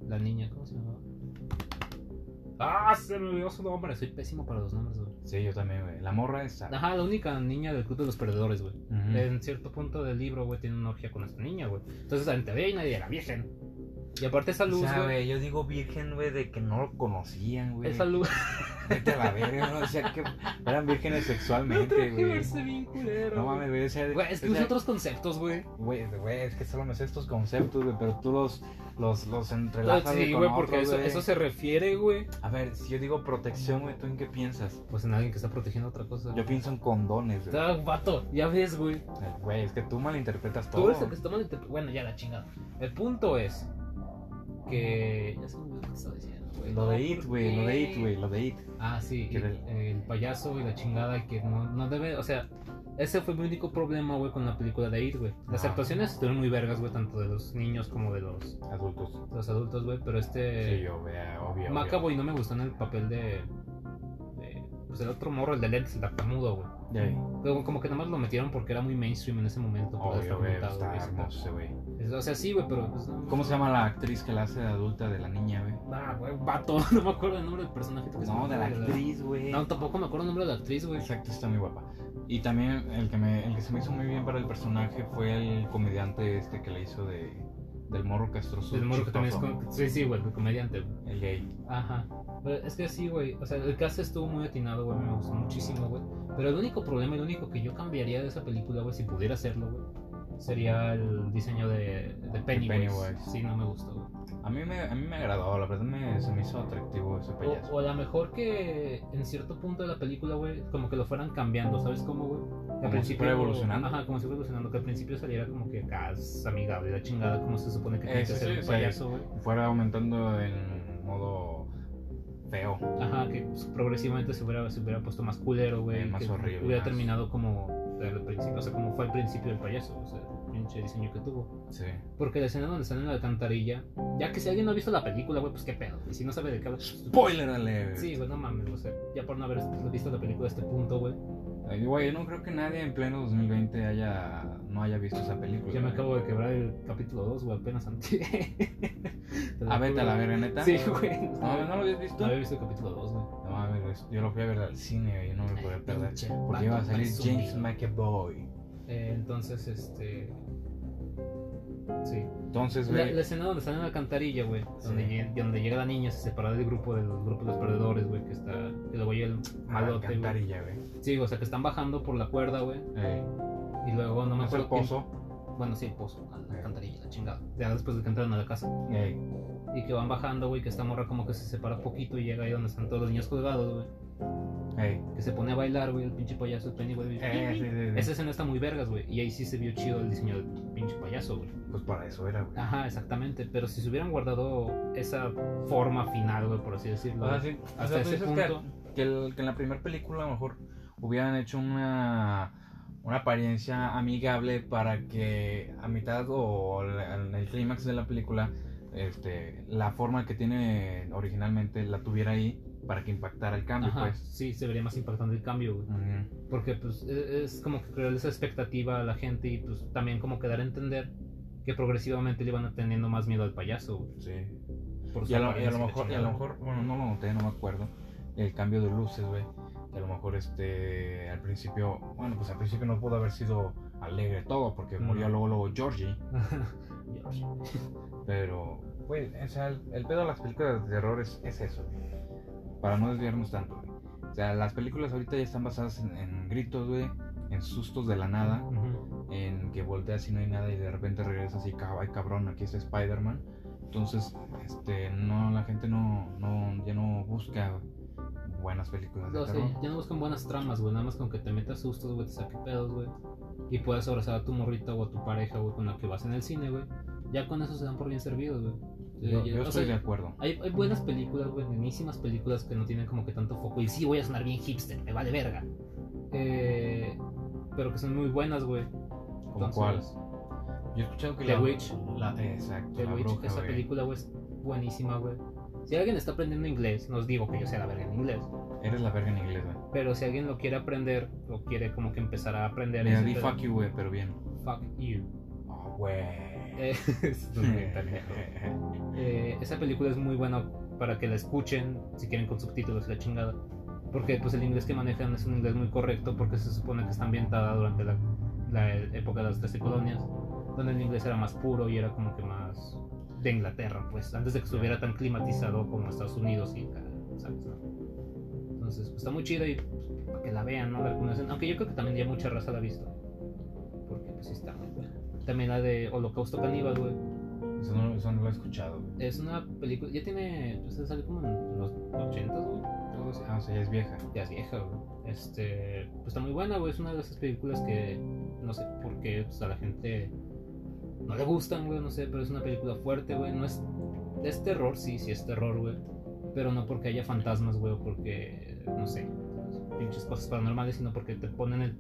S2: La niña, ¿cómo se llamaba? Ah, se me olvidó su nombre. Soy pésimo para los nombres, güey.
S1: Sí, yo también, güey. La morra esa.
S2: Ajá, la única niña del club de los perdedores, güey.
S1: Ujú.
S2: En cierto punto del libro, güey, tiene una orgía con esta niña, güey. Entonces, en teoría nadie era virgen. Y aparte esa
S1: O
S2: luz,
S1: sea,
S2: güey.
S1: güey, yo digo virgen, güey, de que no lo conocían, güey.
S2: Esa luz.
S1: Vete a la verga, ¿no? O sea, que eran vírgenes sexualmente, güey.
S2: bien culero.
S1: No mames, güey. O sea,
S2: Güey, es que
S1: o sea,
S2: usa otros conceptos, güey.
S1: Güey, güey, es que solo me sé estos conceptos, güey, pero tú los, los, los entrelazas,
S2: Pues sí,
S1: con
S2: güey, porque
S1: otros,
S2: eso,
S1: güey.
S2: eso se refiere, güey.
S1: A ver, si yo digo protección, güey, ¿tú en qué piensas?
S2: Pues en alguien que está protegiendo otra cosa.
S1: Yo pienso en condones, güey.
S2: Ah, vato, ya ves, güey.
S1: Güey, es que tú malinterpretas
S2: Tú
S1: todo.
S2: eres el que se toma el... te- Bueno, ya la chingada. El punto es que... Ya se me olvidó lo que estaba diciendo, güey.
S1: Lo de it, güey, lo de it, güey, lo de it.
S2: Ah, sí,
S1: Que
S2: el,
S1: del-
S2: el payaso y la chingada y que no, no debe... O sea, ese fue mi único problema, güey, con la película de It, güey. Las
S1: Ajá.
S2: actuaciones estuvieron muy vergas, güey, tanto de los niños como de los,
S1: Adultos.
S2: los adultos, güey. Pero
S1: Sí,
S2: este...
S1: yo, güey, obvio. obvio.
S2: Macaboy no me gustó en el papel de... de- pues el otro morro, el de Led, el tartamudo, güey.
S1: Ya, güey.
S2: Como, como que nomás lo metieron porque era muy mainstream en ese momento. por estar
S1: Obvio, güey,
S2: comentado,
S1: está
S2: güey, ese pedo.
S1: hermoso, güey.
S2: Es- O sea, sí, güey, pero. Pues, no,
S1: ¿Cómo se llama la actriz que la hace de adulta de la niña, güey?
S2: Ah, güey, vato. No me acuerdo el nombre del personaje. creo que se
S1: No,
S2: llama,
S1: de la
S2: güey,
S1: actriz, güey.
S2: No, tampoco me acuerdo el nombre de la actriz, güey.
S1: Exacto, está muy guapa. Y también el que, me, el que se me hizo muy bien para el personaje fue el comediante este que le hizo de, del morro castroso.
S2: El morro que también es.
S1: chistoso,
S2: com- Sí, sí, güey, el comediante. güey.
S1: El gay.
S2: Ajá. Pero es que sí, güey. O sea, el cast estuvo muy atinado, güey. Me gustó muchísimo, güey. Pero el único problema, el único que yo cambiaría de esa película, güey, si pudiera hacerlo, güey, sería el diseño de, de Pennywise.
S1: Pennywise.
S2: Sí, no me gustó, güey.
S1: A mí me, a mí me agradó, la verdad me, se me hizo atractivo ese payaso.
S2: O, o a lo mejor que en cierto punto de la película, güey, como que lo fueran cambiando, ¿sabes cómo, güey? Que
S1: Como si fuera evolucionando.
S2: Ajá, como si fuera evolucionando. Que al principio saliera como que acá es amigable, la chingada, como se supone que tiene que
S1: Eso sí,
S2: ser
S1: o
S2: un
S1: sea,
S2: payaso, güey.
S1: Fuera aumentando en modo feo.
S2: Ajá, que pues, progresivamente se hubiera, se hubiera puesto más culero, güey.
S1: Eh, más
S2: que
S1: horrible,
S2: Hubiera
S1: más-
S2: terminado como al principio, o sea, como fue al principio del payaso, o sea, el pinche diseño que tuvo.
S1: Sí.
S2: Porque la escena donde sale en la alcantarilla, ya que si alguien no ha visto la película, güey, pues qué pedo. Y si no sabe de qué habla, pues,
S1: Spoiler alert.
S2: Sí, güey, no mames, o sea, ya por no haber visto la película a este punto, güey.
S1: Ay, Güey, yo no creo que nadie en pleno 2020 haya, no haya visto esa película.
S2: Yo me
S1: Pues, güey.
S2: acabo de quebrar el capítulo 2, güey, apenas antes.
S1: Ah, vete a la verga, ¿neta?
S2: Sí, güey.
S1: No, ¿no lo habías visto?
S2: No había visto el capítulo 2, güey.
S1: No mames, yo lo fui a ver al cine y no me podía perder. Porque iba a salir James McAvoy.
S2: Eh, entonces, este. Sí.
S1: Entonces,
S2: La,
S1: Pues, güey.
S2: la escena donde están en la alcantarilla, güey.
S1: Sí.
S2: Donde, lle- donde llega la niña, se separa del grupo, del grupo de los perdedores, güey. Que está. Que lo güey el
S1: A la
S2: malote, güey.
S1: alcantarilla, güey.
S2: Sí, o sea, que están bajando por la cuerda, güey.
S1: Eh,
S2: Y luego no me
S1: es el
S2: acuerdo. quién-
S1: pozo.
S2: Bueno, sí, el pozo. A la alcantarilla, la chingada. Ya después de que entraron a la casa.
S1: Eh,
S2: Y que van bajando, güey. Que esta morra como que se separa poquito y llega ahí donde están todos los niños colgados, güey.
S1: eh,
S2: Que se pone a bailar, güey. El pinche payaso, el penny, güey.
S1: eh, sí, sí, sí.
S2: Esa escena está muy vergas, güey. Y ahí sí se vio chido el diseño del pinche payaso, güey.
S1: Pues para eso era, güey.
S2: Ajá, exactamente. Pero si se hubieran guardado esa forma final, güey, por así decirlo.
S1: O sea, sí, o
S2: Hasta
S1: sea, tú
S2: ese
S1: dices
S2: punto.
S1: que, que el- que en la primera película a lo mejor hubieran hecho una, una apariencia amigable para que a mitad o la- en el clímax de la película este, la forma que tiene originalmente la tuviera ahí para que impactara el cambio,
S2: Ajá,
S1: pues.
S2: sí, se vería más importante el cambio, güey.
S1: Ujú.
S2: Porque, pues, e- es como que crear esa expectativa a la gente y, pues, también como que dar a entender que progresivamente le iban teniendo más miedo al payaso, güey.
S1: Sí.
S2: Por su
S1: Y a, lo, y a
S2: apariencia y pues, la
S1: lo mejor, y a
S2: chingada.
S1: lo mejor, bueno, no lo noté, no me acuerdo. El cambio de luces, güey. Que a lo mejor este, al principio, bueno, pues al principio no pudo haber sido alegre todo, porque
S2: No.
S1: murió luego, luego Georgie.
S2: pues,
S1: Pero, güey, o sea, el, el pedo de las películas de terror es, es eso, güey. Para no desviarnos tanto, güey. O sea, las películas ahorita ya están basadas en, en gritos, güey, en sustos de la nada,
S2: Ujú.
S1: en que volteas y no hay nada y de repente regresas y cab- ay cabrón, aquí está Spider-Man. Entonces, este, no, la gente no, no, ya no busca buenas películas de
S2: No sé,
S1: terror.
S2: ya no buscan buenas tramas, güey. Nada más con que te metas sustos, güey, te saque pedos, güey. Y puedas abrazar a tu morrita o a tu pareja, güey, con la que vas en el cine, güey. Ya con eso se dan por bien servidos, güey. Eh,
S1: Yo,
S2: ya-
S1: yo
S2: o
S1: estoy
S2: sea,
S1: de acuerdo.
S2: Hay, hay buenas películas, güey, buenísimas películas que no tienen como que tanto foco. Y sí, voy a sonar bien hipster, me vale verga. Eh, pero que son muy buenas, güey.
S1: ¿Como
S2: entonces-
S1: cuál? Yo he escuchado que
S2: The
S1: la
S2: Witch.
S1: La, exacto,
S2: The
S1: la
S2: Witch,
S1: bruja,
S2: esa
S1: güey.
S2: película, güey, es buenísima, güey. Si alguien está aprendiendo inglés, no os digo que yo sea la verga en inglés,
S1: Eres la verga en inglés, güey.
S2: pero si alguien lo quiere aprender o quiere como que empezar a aprender...
S1: Le
S2: ese
S1: di
S2: pedo,
S1: fuck you, güey, pero bien.
S2: fuck you.
S1: Ah, güey.
S2: Eh, es un pendejo. Eh, esa película es muy buena para que la escuchen, si quieren con subtítulos y la chingada. Porque pues el inglés que manejan es un inglés muy correcto porque se supone que está ambientada durante la, la época de las 13 colonias, donde el inglés era más puro y era como que más de Inglaterra, pues antes de que estuviera tan climatizado como Estados Unidos y acá, ¿sabes? no? Entonces, pues está muy chida y pues, para que la vean, ¿no? La reconocen. Aunque yo creo que también ya mucha raza la ha visto. Porque pues sí está muy buena. También la de Holocausto Caníbal, güey.
S1: Eso no, eso no lo he escuchado, güey.
S2: Es una película, ya tiene, pues salió como en los 80, güey. algo así.
S1: Ah, o sea, ya es vieja.
S2: Ya es vieja, güey. Este, pues está muy buena, güey. Es una de esas películas que no sé por qué pues, a la gente no le gustan, güey. No sé, pero es una película fuerte, güey. No es, es terror, sí, sí es terror, güey. Pero no porque haya fantasmas, güey, o porque, no sé, pinches cosas paranormales, sino porque te ponen el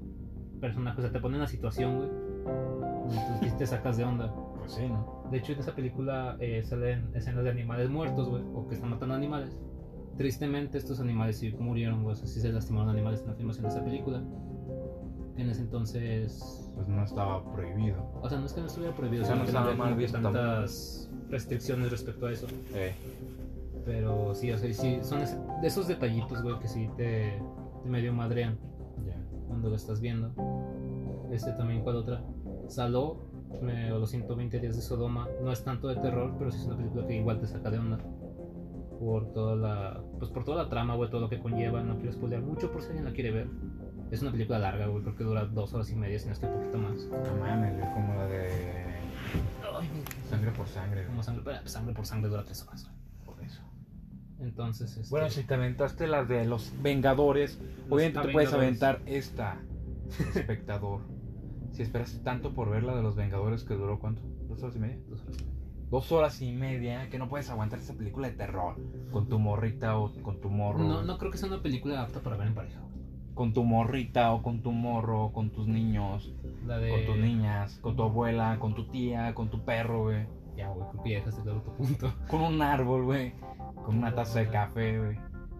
S2: personaje, o sea, te ponen la situación, güey. Entonces te sacas de onda.
S1: Pues sí, ¿no?
S2: De hecho, en esa película eh, salen escenas de animales muertos, güey, o que están matando animales. Tristemente, estos animales sí murieron, güey, o sea, sí se lastimaron animales en la filmación de esa película. En ese entonces.
S1: Pues no estaba prohibido.
S2: O sea, no es que no estuviera prohibido,
S1: O sea,
S2: sino
S1: no
S2: que
S1: estaba
S2: había
S1: mal
S2: como que
S1: visto
S2: tantas restricciones respecto a eso. Pero sí, o sea, sí, son ese- de esos detallitos, güey, que sí te, te medio madrean
S1: ya.
S2: cuando lo estás viendo. Este también, ¿cuál otra? Saló, me- o los 120 días de Sodoma. No es tanto de terror, pero sí es una película que igual te saca de onda. Por toda la, pues por toda la trama, güey, todo lo que conlleva. No quiero spoilear mucho por si alguien la quiere ver. Es una película larga, güey, creo que dura dos horas y media, si no es que un poquito más.
S1: No mames, güey, como la de
S2: Ay,
S1: sangre por sangre, güey.
S2: Como sangre, pero, pues, sangre por sangre dura tres horas, güey.
S1: Por eso.
S2: Entonces, este,
S1: Bueno, si te aventaste las de los Vengadores,
S2: los
S1: obviamente te puedes
S2: Avengers-
S1: aventar esta, espectador. si esperaste tanto por ver la de los Vengadores que duró cuánto? ¿Dos horas y media?
S2: dos horas y media.
S1: Dos horas y media que no puedes aguantar esa película de terror con tu morrita o con tu morro.
S2: No, no creo que sea una película apta para ver en pareja, güey.
S1: Con tu morrita o con tu morro, o con tus niños,
S2: La de.
S1: con tus niñas, con tu abuela, con tu tía, con tu perro, güey.
S2: Ya, güey, creo que ya dejaste claro tu punto.
S1: Con un árbol, güey. Con una taza de café, güey.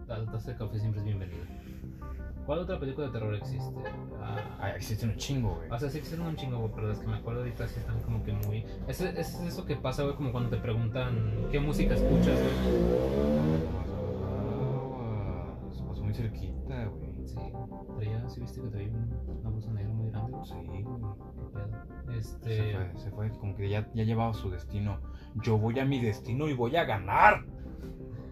S2: La taza de café siempre es bienvenida. ¿Cuál otra película de terror existe? Ah,
S1: Ay, existe un chingo, güey.
S2: o sea, sí existen un chingo, güey, pero las que me acuerdo ahorita sí están como que muy... Es, es eso que pasa, güey, como cuando te preguntan qué música escuchas, güey.
S1: Se pasó muy cerquita, güey.
S2: Sí, traía, sí viste que traía un- una bolsa negra muy grande.
S1: Sí, güey.
S2: ¿Qué pedo?
S1: Se
S2: Este,
S1: fue, se fue, como que ya, ya llevaba su destino. Yo voy a mi destino y voy a ganar.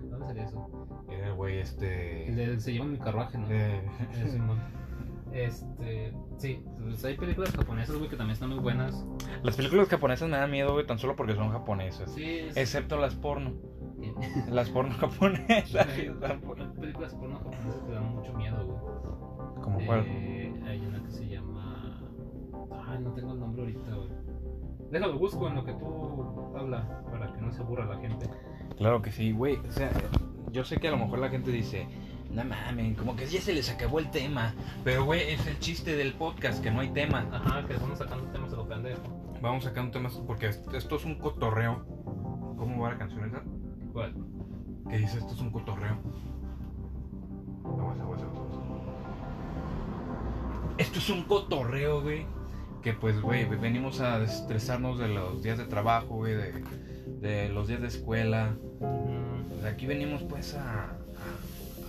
S2: ¿dónde salió eso?
S1: Era el güey
S2: El
S1: este.
S2: de, se lleva en el carruaje, ¿no?
S1: eh,
S2: Eh, Simón. Este, sí, pues hay películas japonesas, güey, que también están muy buenas.
S1: Las películas japonesas me dan miedo, güey, tan solo porque son japonesas.
S2: Sí, es...
S1: Excepto las porno.
S2: ¿Qué?
S1: Las porno japonesas.
S2: Hay
S1: están por-
S2: hay películas porno japonesas que dan mucho miedo, güey.
S1: Como
S2: Eh,
S1: cuál.
S2: hay una que se llama. Ay, no tengo el nombre ahorita, güey. Déjalo, busco en lo que tú hablas para que no se aburra la gente.
S1: Claro que sí, güey. O sea, yo sé que a lo mejor la gente dice, no mames, como que ya se les acabó el tema. Pero, güey, es el chiste del podcast, que no hay tema.
S2: Ajá, que estamos sacando temas a lo pendejo.
S1: Vamos sacando temas porque esto es un cotorreo. ¿Cómo va la canción esa?
S2: ¿Cuál?
S1: Que dice, esto es un cotorreo. Aguas, aguas, aguas, aguas. Esto es un cotorreo, güey. Que pues, güey, venimos a estresarnos de los días de trabajo, güey, de, de los días de escuela.
S2: Mm,
S1: Pues aquí venimos pues a,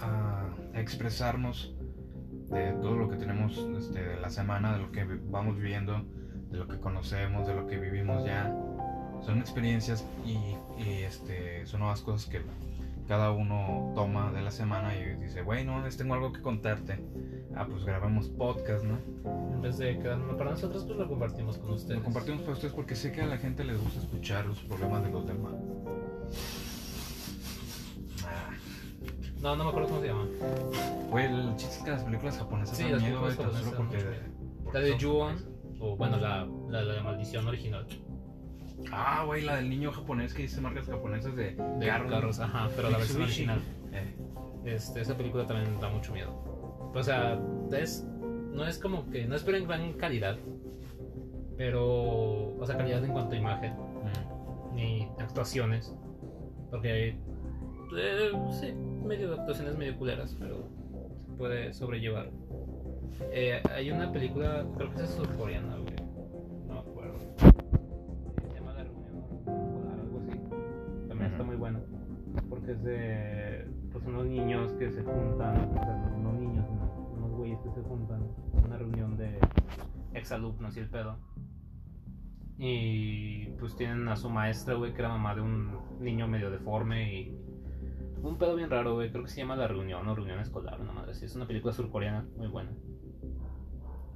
S1: a- a expresarnos de todo lo que tenemos este, de la semana, de lo que vi- vamos viviendo, de lo que conocemos, de lo que vivimos ya. Son experiencias y, y, este, son nuevas cosas que cada uno toma de la semana y dice, bueno, les tengo algo que contarte. Ah, pues grabamos podcast, ¿no?
S2: en vez de quedarnos para nosotros, pues lo compartimos con ustedes.
S1: Lo compartimos para ustedes porque sé que a la gente les gusta escuchar los problemas de los demás. Ah.
S2: No, no me acuerdo cómo se llama.
S1: Güey, el chiste es que las películas japonesas
S2: Sí,
S1: dan
S2: las
S1: miedo, eh, güey, tan
S2: películas
S1: solo porque...
S2: japonesas La de Ju-on, o bueno, la, la, la de maldición original.
S1: Ah, güey, la del niño japonés que dice marcas japonesas de,
S2: De
S1: carros.
S2: carros, ah. ajá, pero la versión
S1: Mitsubishi.
S2: original.
S1: Eh,
S2: Este, esa película también da mucho miedo. O sea, es, no es como que, no esperen gran calidad, pero, o sea, calidad en cuanto a imagen
S1: mm.
S2: ni actuaciones, porque eh, sí, medio actuaciones medio culeras, pero puede sobrellevar. Eh, hay una película, creo que es surcoreana, güey, no me acuerdo. Se llama La Reunión, o algo así. También está
S1: Ujú.
S2: muy buena, porque es de pues, unos niños que se juntan, o sea, no no niños, no, unos güeyes que se juntan, en una reunión de exalumnos y el pedo. Y pues tienen a su maestra, güey, que era mamá de un niño medio deforme y. Un pedo bien raro, güey. Creo que se llama La Reunión o Reunión Escolar, una madre así. Es una película surcoreana muy buena.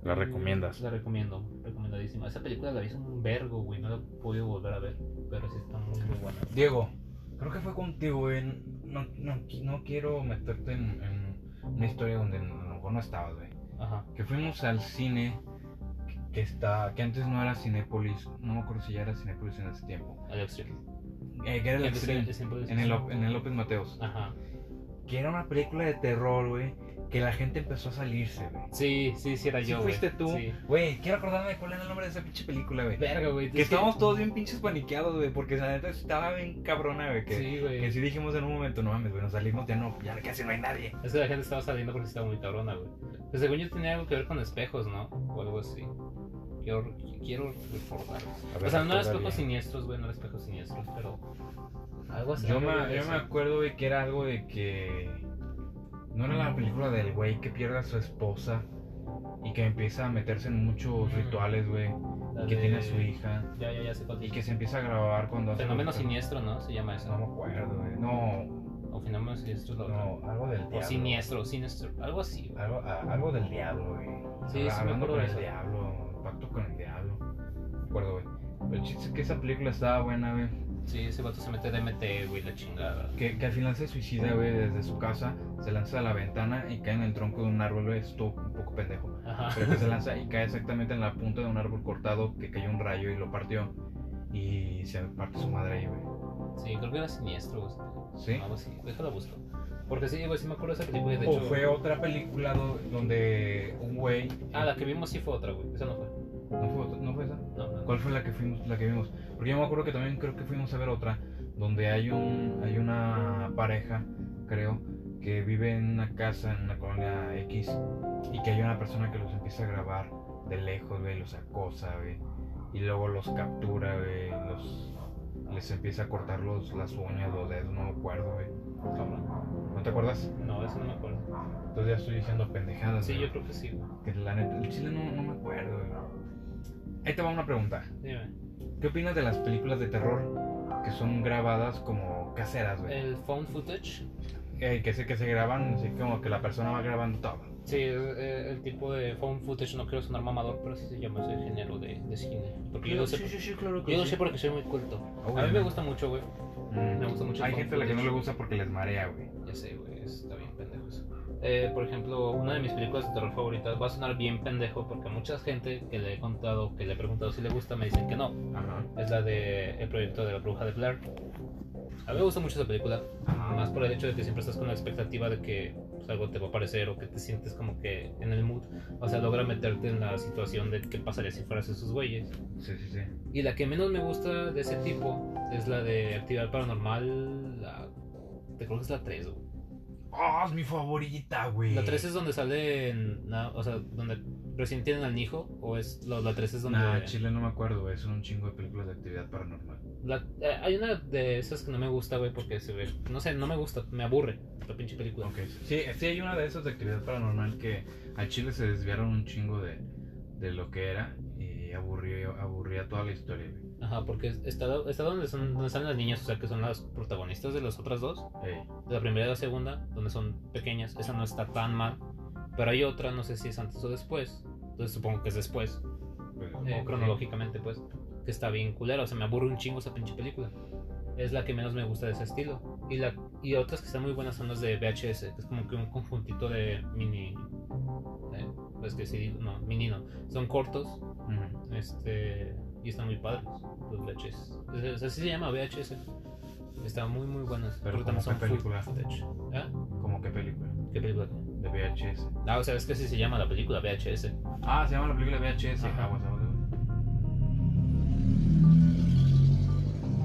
S1: La recomiendas.
S2: La recomiendo, recomendadísima. Esa película la vi hace un vergo, güey. No la he podido volver a ver, pero sí está muy, muy buena.
S1: Diego, creo que fue contigo, güey. No, no, no quiero meterte en, en una historia donde a lo mejor no estabas, güey.
S2: Ajá.
S1: Que fuimos al cine que está que antes no era Cinépolis. No me acuerdo si ya era Cinépolis en ese tiempo.
S2: Al Extreme.
S1: Eh, que era el
S2: Al Extreme,
S1: Extreme,
S2: es siempre
S1: en el, Lo- en el López Mateos.
S2: Ajá.
S1: Que era una película de terror, güey. Que la gente empezó a salirse, güey.
S2: Sí, sí, sí, era
S1: ¿Sí
S2: yo. güey.
S1: fuiste tú?
S2: Sí.
S1: Güey, quiero acordarme de cuál era el nombre de esa pinche película, güey.
S2: Verga, güey.
S1: Que
S2: es
S1: estábamos todos bien pinches paniqueados, güey, porque la neta estaba bien cabrona, güey. Que,
S2: Sí, güey.
S1: que sí dijimos en un momento, no mames, güey, nos salimos, ya no, ya casi no hay nadie.
S2: Es que la gente estaba saliendo porque estaba muy cabrona, güey. Pues según yo tenía algo que ver con espejos, ¿no? O algo así. Quiero, quiero recordar. O sea, no eran espejos siniestros, güey, no eran espejos siniestros, pero. Algo así.
S1: Yo
S2: algo
S1: me,
S2: de
S1: yo
S2: eso.
S1: me acuerdo, güey, que era algo de que. No era la película del güey que pierde a su esposa y que empieza a meterse en muchos
S2: Mm.
S1: rituales, güey,
S2: La
S1: y que
S2: de-
S1: tiene a su hija
S2: Ya, ya, ya sé cuál
S1: y que se empieza a grabar cuando hace.
S2: Fenómeno siniestro, ¿no? Se llama eso.
S1: No me acuerdo, güey. No,
S2: O fenómeno siniestro es la otra.
S1: no, algo del
S2: o
S1: diablo.
S2: siniestro, siniestro. Algo así, güey.
S1: Algo, a- algo del diablo, güey.
S2: Sí, sí me acuerdo
S1: Hablando con
S2: de
S1: el
S2: eso.
S1: diablo, pacto con el diablo. Me acuerdo, güey. Pero el chiste es que esa película estaba buena, güey.
S2: Sí, ese vato se mete DMT, güey, la chingada.
S1: Que, que al final se suicida, güey, desde su casa. Se lanza a la ventana y cae en el tronco de un árbol, güey. Estuvo un poco pendejo.
S2: Ajá.
S1: Pero que se lanza y cae exactamente en la punta de un árbol cortado que cayó un rayo y lo partió. Y se parte su madre ahí, güey.
S2: Sí, creo que era siniestro, güey.
S1: ¿Sí?
S2: Algo así. Déjalo busco. Porque sí, güey, sí me acuerdo de esa película. y Ah, De
S1: O
S2: hecho,
S1: fue otra película do- donde un güey.
S2: Ah, la que vimos sí fue otra, güey. Esa no fue.
S1: ¿No fue, otra- ¿No fue esa?
S2: No, no.
S1: ¿Cuál fue la que fuimos, la que vimos? Porque yo me acuerdo que también creo que fuimos a ver otra donde hay un hay una pareja, creo, que vive en una casa en una colonia X y que hay una persona que los empieza a grabar de lejos, güey, los acosa, güey, y luego los captura, güey, los les empieza a cortar los, las uñas, los dedos, no me acuerdo, güey.
S2: Cabrón.
S1: ¿No te acuerdas?
S2: No, eso no me acuerdo.
S1: Entonces ya estoy diciendo pendejadas.
S2: Sí,
S1: güey.
S2: yo creo que sí. güey.
S1: Que la neta, el chile no, no me acuerdo, güey. Ahí te va una pregunta.
S2: Dime.
S1: ¿Qué opinas de las películas de terror que son grabadas como caseras, güey?
S2: El phone footage.
S1: Eh, que, se, que se graban, así como que la persona va grabando todo.
S2: Sí, es, eh, el tipo de phone footage no quiero sonar mamador, pero así se llama ese género de, de cine. Porque yo lo sé,
S1: claro
S2: yo lo sé porque soy muy culto.
S1: Oh,
S2: A mí me gusta mucho, güey. me gusta mucho el
S1: Ah, Mm. Hay
S2: found
S1: gente a la que no
S2: footage.
S1: le gusta porque les marea, güey.
S2: Ya sé, güey, está bien pendejo eso. Eh, por ejemplo, una de mis películas de terror favoritas va a sonar bien pendejo porque mucha gente que le he contado, que le he preguntado si le gusta, me dicen que no.
S1: Ajá.
S2: Es la de El proyecto de la bruja de Blair. A mí me gusta mucho esa película, más por el hecho de que siempre estás con la expectativa de que pues, algo te va a aparecer o que te sientes como que en el mood. O sea, logra meterte en la situación de qué pasaría si fueras esos güeyes.
S1: Sí, sí, sí.
S2: Y la que menos me gusta de ese tipo es la de Actividad Paranormal. La... Te creo que es la 3, güey.
S1: ¡Oh, es mi favorita, güey!
S2: La 3 es donde salen. na- o sea, donde recién tienen al hijo. O es. lo- la 3 es donde.
S1: Nah, Chile no me acuerdo, güey. Son un chingo de películas de actividad paranormal.
S2: la- eh, hay una de esas que no me gusta, güey, porque se ve. No sé, no me gusta, me aburre la pinche película.
S1: Ok. Sí, sí hay una de esas de actividad paranormal que a Chile se desviaron un chingo de, de lo que era y aburrió, aburría toda la historia, güey.
S2: Ajá, porque está, está donde, son, donde salen las niñas, o sea, que son las protagonistas de las otras dos.
S1: Ey.
S2: De la primera y la segunda, donde son pequeñas. Esa no está tan mal. Pero hay otra, no sé si es antes o después. Entonces supongo que es después,
S1: Pues,
S2: eh,
S1: ok.
S2: cronológicamente, pues. Que está bien culera, o sea, me aburre un chingo esa pinche película. Es la que menos me gusta de ese estilo. Y, la, y otras que están muy buenas son las de VHS, que es como que un conjuntito de mini. eh, pues que sí, no, mini no. Son cortos,
S1: Ujú.
S2: este, y están muy padres, los VHS. O sea, así se llama VHS. Están muy, muy buenas.
S1: Pero
S2: también
S1: ¿cómo qué
S2: full
S1: película?
S2: footage. ¿Eh?
S1: ¿Cómo qué película?
S2: ¿Qué película?
S1: De VHS.
S2: Ah, o sea, es que así se llama la película, VHS.
S1: Ah, se llama la película VHS.
S2: Ajá.
S1: Aguas, aguas, aguas.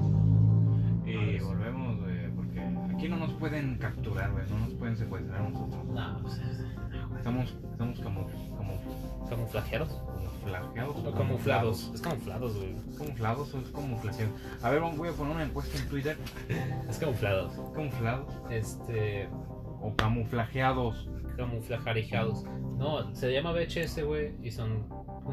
S2: Madres.
S1: Y Eh, volvemos, güey, porque aquí no nos pueden capturar, güey, no nos pueden secuestrar a nosotros.
S2: No, pues,
S1: Estamos, estamos como, como,
S2: camuflajeados.
S1: como flageados.
S2: O camuflados. Es camuflados, güey.
S1: Camuflados o es camuflación. A ver, voy a poner una encuesta en Twitter.
S2: Es camuflados.
S1: ¿Camuflados
S2: Este.
S1: o camuflajeados?
S2: Camuflajarejados. No, se llama VHS, güey. Y son.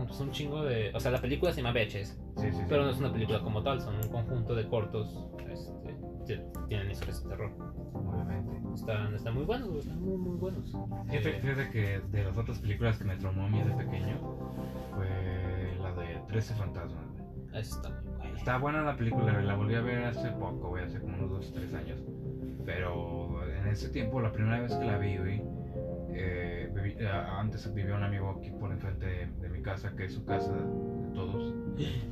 S2: Son un chingo de. O sea, la película se llama VHS.
S1: Sí, sí, sí.
S2: Pero no es una película como tal, son un conjunto de cortos. Este. que Tienen historias de terror.
S1: Obviamente.
S2: Están, están muy buenos, güey. Están muy, muy buenos.
S1: Fíjate,
S2: Eh,
S1: fíjate que de las otras películas que me traumó a mí de pequeño fue la de 13 fantasmas. güey.
S2: ahí están, güey.
S1: Está buena la película, güey, la volví a ver hace poco, güey, hace como unos 2 3 años. Pero en ese tiempo, la primera vez que la vi, güey, eh, viví- eh, antes vivía un amigo aquí por enfrente de, de mi casa, que es su casa de todos.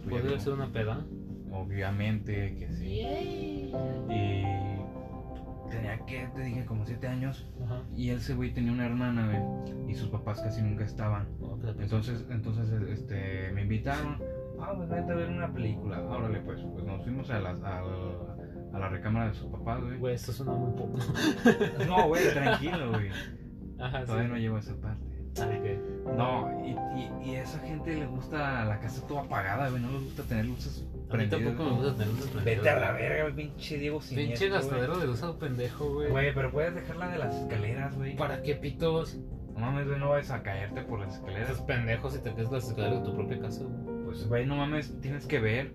S1: Pues
S2: ¿Podría ser una peda?
S1: Obviamente que sí. Y tenía que, te dije, como 7 años.
S2: Ajá.
S1: Y ese güey tenía una hermana, güey. Y sus papás casi nunca estaban.
S2: Oh, qué la pena.
S1: Entonces, entonces este, me invitaron. Ah, pues vete a ver una película. Órale, pues. Pues nos fuimos a, las, a, la, a la recámara de sus papás, güey.
S2: Güey, esto suena muy poco.
S1: No, güey, tranquilo, güey.
S2: Ajá,
S1: Todavía no
S2: sí.
S1: llego a esa parte.
S2: Ah, ok.
S1: No, y, y, y a esa gente le gusta la casa toda apagada, güey. No les gusta tener luces
S2: A mí
S1: prendidas.
S2: tampoco me gusta tener luces prendidas.
S1: Vete a la verga, güey, pinche Diego Siniestro.
S2: Pinche
S1: güey.
S2: gastadero de luz a lo pendejo, güey.
S1: Güey, pero puedes dejarla de las escaleras, güey.
S2: ¿Para qué pitos?
S1: No mames, güey, no vayas a caerte por las
S2: Estás
S1: escaleras.
S2: pendejo si te quedas las escaleras de tu propia casa, güey.
S1: Pues, güey, no mames, tienes que ver.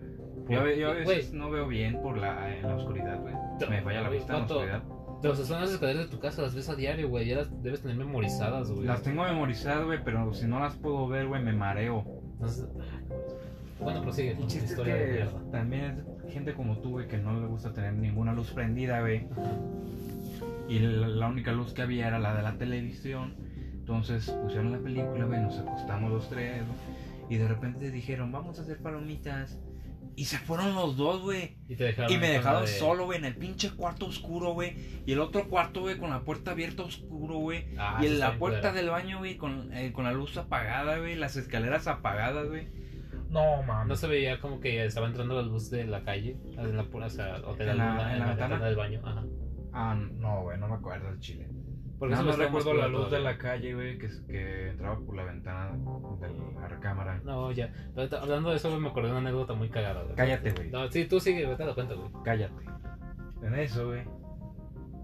S1: Yo, yo a veces
S2: Güey.
S1: no veo bien por la, en la oscuridad, güey. Me falla la
S2: Güey,
S1: vista en la
S2: vato,
S1: oscuridad.
S2: O sea, son las escaleras de tu casa, las ves a diario, güey. Ya las debes tener memorizadas, güey.
S1: Las tengo memorizadas, güey, pero si no las puedo ver, güey, me mareo.
S2: Entonces, ah, bueno, prosigue
S1: El
S2: con tu
S1: chiste es
S2: historia de
S1: que
S2: mierda.
S1: también es gente como tú, güey, que no le gusta tener ninguna luz prendida, güey. Y la, la única luz que había era la de la televisión. Entonces pusieron la película, güey, nos acostamos los tres, güey. Y de repente dijeron, vamos a hacer palomitas. Y se fueron los dos, güey.
S2: Y, te dejaron
S1: Y me
S2: con la
S1: dejaron
S2: de-
S1: solo, güey, en el pinche cuarto oscuro, güey. Y el otro cuarto, güey, con la puerta abierta oscuro, güey.
S2: Ah,
S1: y
S2: sí
S1: en
S2: está
S1: la
S2: bien
S1: puerta
S2: culero.
S1: del baño, güey, con, eh, con la luz apagada, güey. Las escaleras apagadas, güey. No,
S2: No
S1: mames.
S2: se veía como que estaba entrando la luz de la calle, la de la, pu- o sea, o de la
S1: En la-
S2: luna,
S1: en
S2: en
S1: la
S2: la
S1: ventana.
S2: del baño. Ajá.
S1: Ah, no, güey, no me acuerdo el chile.
S2: Porque
S1: Nada
S2: eso lo
S1: más
S2: estábamos
S1: recuerdo la
S2: jugando
S1: luz de
S2: todavía.
S1: la calle, güey, que, que entraba por la ventana de la recámara.
S2: No, ya. Pero t- hablando de eso, güey, me acordé de una anécdota muy cagada, güey.
S1: Cállate, güey.
S2: No, sí, tú sigue, vete a la cuenta, güey.
S1: Cállate. En eso, güey.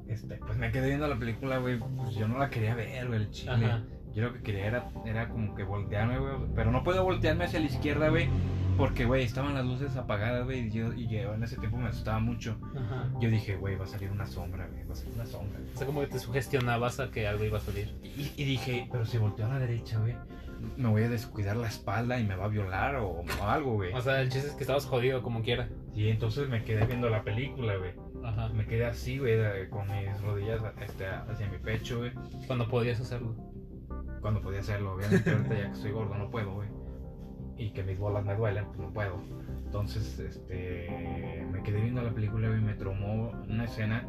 S1: Este, pues me quedé viendo la película, güey. Pues yo no la quería ver, güey, el chile.
S2: Ajá.
S1: Yo lo que quería era, era como que voltearme, güey. Pero no puedo voltearme hacia la izquierda, güey. Porque, güey, estaban las luces apagadas, güey. Y yo, y yo en ese tiempo me asustaba mucho.
S2: Ajá.
S1: Yo dije, güey, va a salir una sombra, güey. Va a salir una sombra. güey.
S2: O sea, como que te sugestionabas a que algo iba a salir.
S1: Y, y dije, pero si volteo a la derecha, güey, me voy a descuidar la espalda y me va a violar o, o algo, güey.
S2: O sea, el chiste es que estabas jodido como quiera.
S1: Y entonces me quedé viendo la película, güey.
S2: Ajá.
S1: Me quedé así, güey, de- con mis rodillas este, hacia mi pecho, güey.
S2: Cuando podías hacerlo.
S1: Cuando podía hacerlo, obviamente, ahorita ya que soy gordo no puedo, güey. Y que mis bolas me duelen, pues no puedo. Entonces, este, me quedé viendo la película, güey, me tromó una escena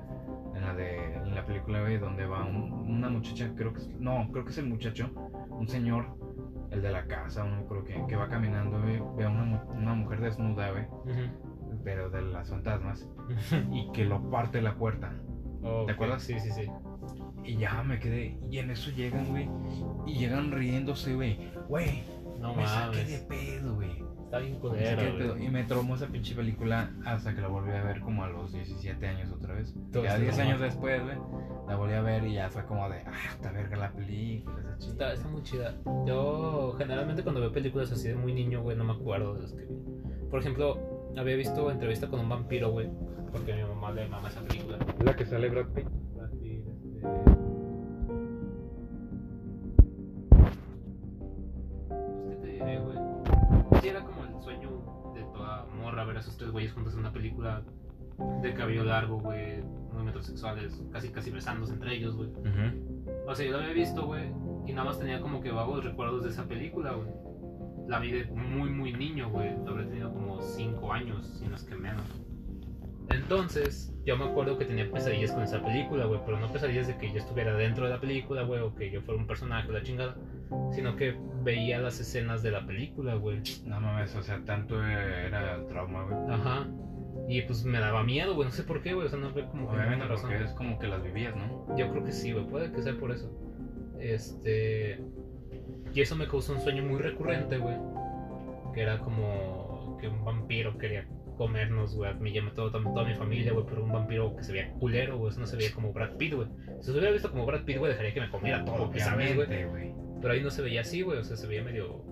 S1: en la, de, en la película, güey, donde va un- una muchacha, creo que, es- no, creo que es el muchacho, un señor, el de la casa, no creo que, que va caminando, güey, ve a una, mu- una mujer desnuda, güey,
S2: Ujú.
S1: pero de las fantasmas, y que lo parte la puerta.
S2: Oh,
S1: ¿Te
S2: ok.
S1: acuerdas?
S2: Sí, sí, sí.
S1: Y ya me quedé. Y en eso llegan, güey. Y llegan riéndose, güey. Güey,
S2: No
S1: me saqué
S2: mames.
S1: de pedo, güey.
S2: Está bien
S1: Me saqué de
S2: culero.
S1: pedo.
S2: güey.
S1: Y me traumó esa pinche película hasta que la volví a ver como a los 17 años otra vez.
S2: Todo
S1: ya
S2: está
S1: 10 años
S2: traumado.
S1: después, güey. La volví a ver y ya fue como de, ah, esta verga la película, esa
S2: Está,
S1: chida.
S2: está muy chida. Yo generalmente cuando veo películas así de muy niño, güey, no me acuerdo de las que vi. Por ejemplo, había visto entrevista con un vampiro, güey, porque a mi mamá le mama esa película.
S1: La que sale Brad Pitt.
S2: Brad Pitt, este, Pues, ¿Qué te diré, güey? Sí, era como el sueño de toda morra ver a esos tres güeyes juntos en una película de cabello largo, güey, muy metrosexuales, casi casi besándose entre ellos, güey. O sea, yo la había visto, güey, y nada más tenía como que vagos recuerdos de esa película, güey. La vi de muy, muy niño, güey. Habré tenido como 5 años, si no es que menos. Entonces, yo me acuerdo que tenía pesadillas con esa película, güey, pero no pesadillas de que yo estuviera dentro de la película, güey, o que yo fuera un personaje, la chingada, sino que veía las escenas de la película, güey.
S1: No mames, o sea, tanto era el trauma, güey.
S2: Ajá. Y pues me daba miedo, güey, no sé por qué, güey, o sea, no fue como que
S1: Obviamente,
S2: ninguna razón.
S1: porque es como que las vivías, ¿no?
S2: Yo creo que sí, güey, puede que sea por eso. Este. Y eso me causó un sueño muy recurrente, güey. Que era como que un vampiro quería comernos, güey. Me llamé todo, tam- toda mi familia, güey, pero un vampiro que se veía culero, güey. Eso no se veía como Brad Pitt, güey. Si se hubiera visto como Brad Pitt, güey, dejaría que me comiera todo, ¿sabes, güey?
S1: Obviamente, güey.
S2: Pero ahí no se veía así, güey. O sea, se veía medio.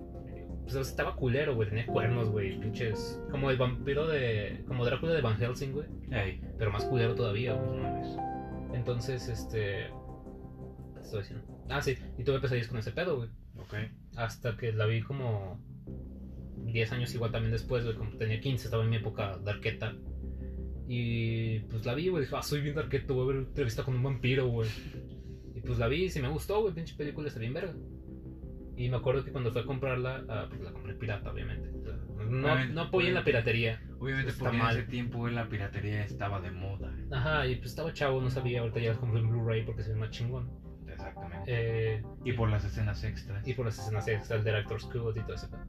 S2: pues, O sea, estaba culero, güey. Tenía cuernos, güey. Pinches. Como el vampiro de. Como Drácula de Van Helsing, güey.
S1: Ey,
S2: Pero más culero todavía, güey.
S1: no mames.
S2: Entonces, este. ¿Qué estoy diciendo? Ah, sí, y tuve pesadillas con ese pedo, güey.
S1: Ok.
S2: Hasta que la vi como 10 años igual también después, güey. Como tenía 15, estaba en mi época darketa. Y pues la vi, güey. Dije, ah, soy bien darketo, voy a ver entrevista con un vampiro, güey. Y pues la vi y sí me gustó, güey. Pinche película está bien verga. Y me acuerdo que cuando fui a comprarla, ah, porque la compré pirata, obviamente. O sea, No,
S1: Obviamente,
S2: no apoyen la piratería.
S1: Obviamente,
S2: Está
S1: porque
S2: mal.
S1: en ese tiempo güey, la piratería estaba de moda.
S2: Ajá, y pues estaba chavo, no sabía. Ahorita ya la compré en Blu-ray porque se ve más chingón.
S1: Exactamente.
S2: Eh.
S1: Y por las escenas extras.
S2: y por las escenas extras del Actors Cut y todo ese pedo.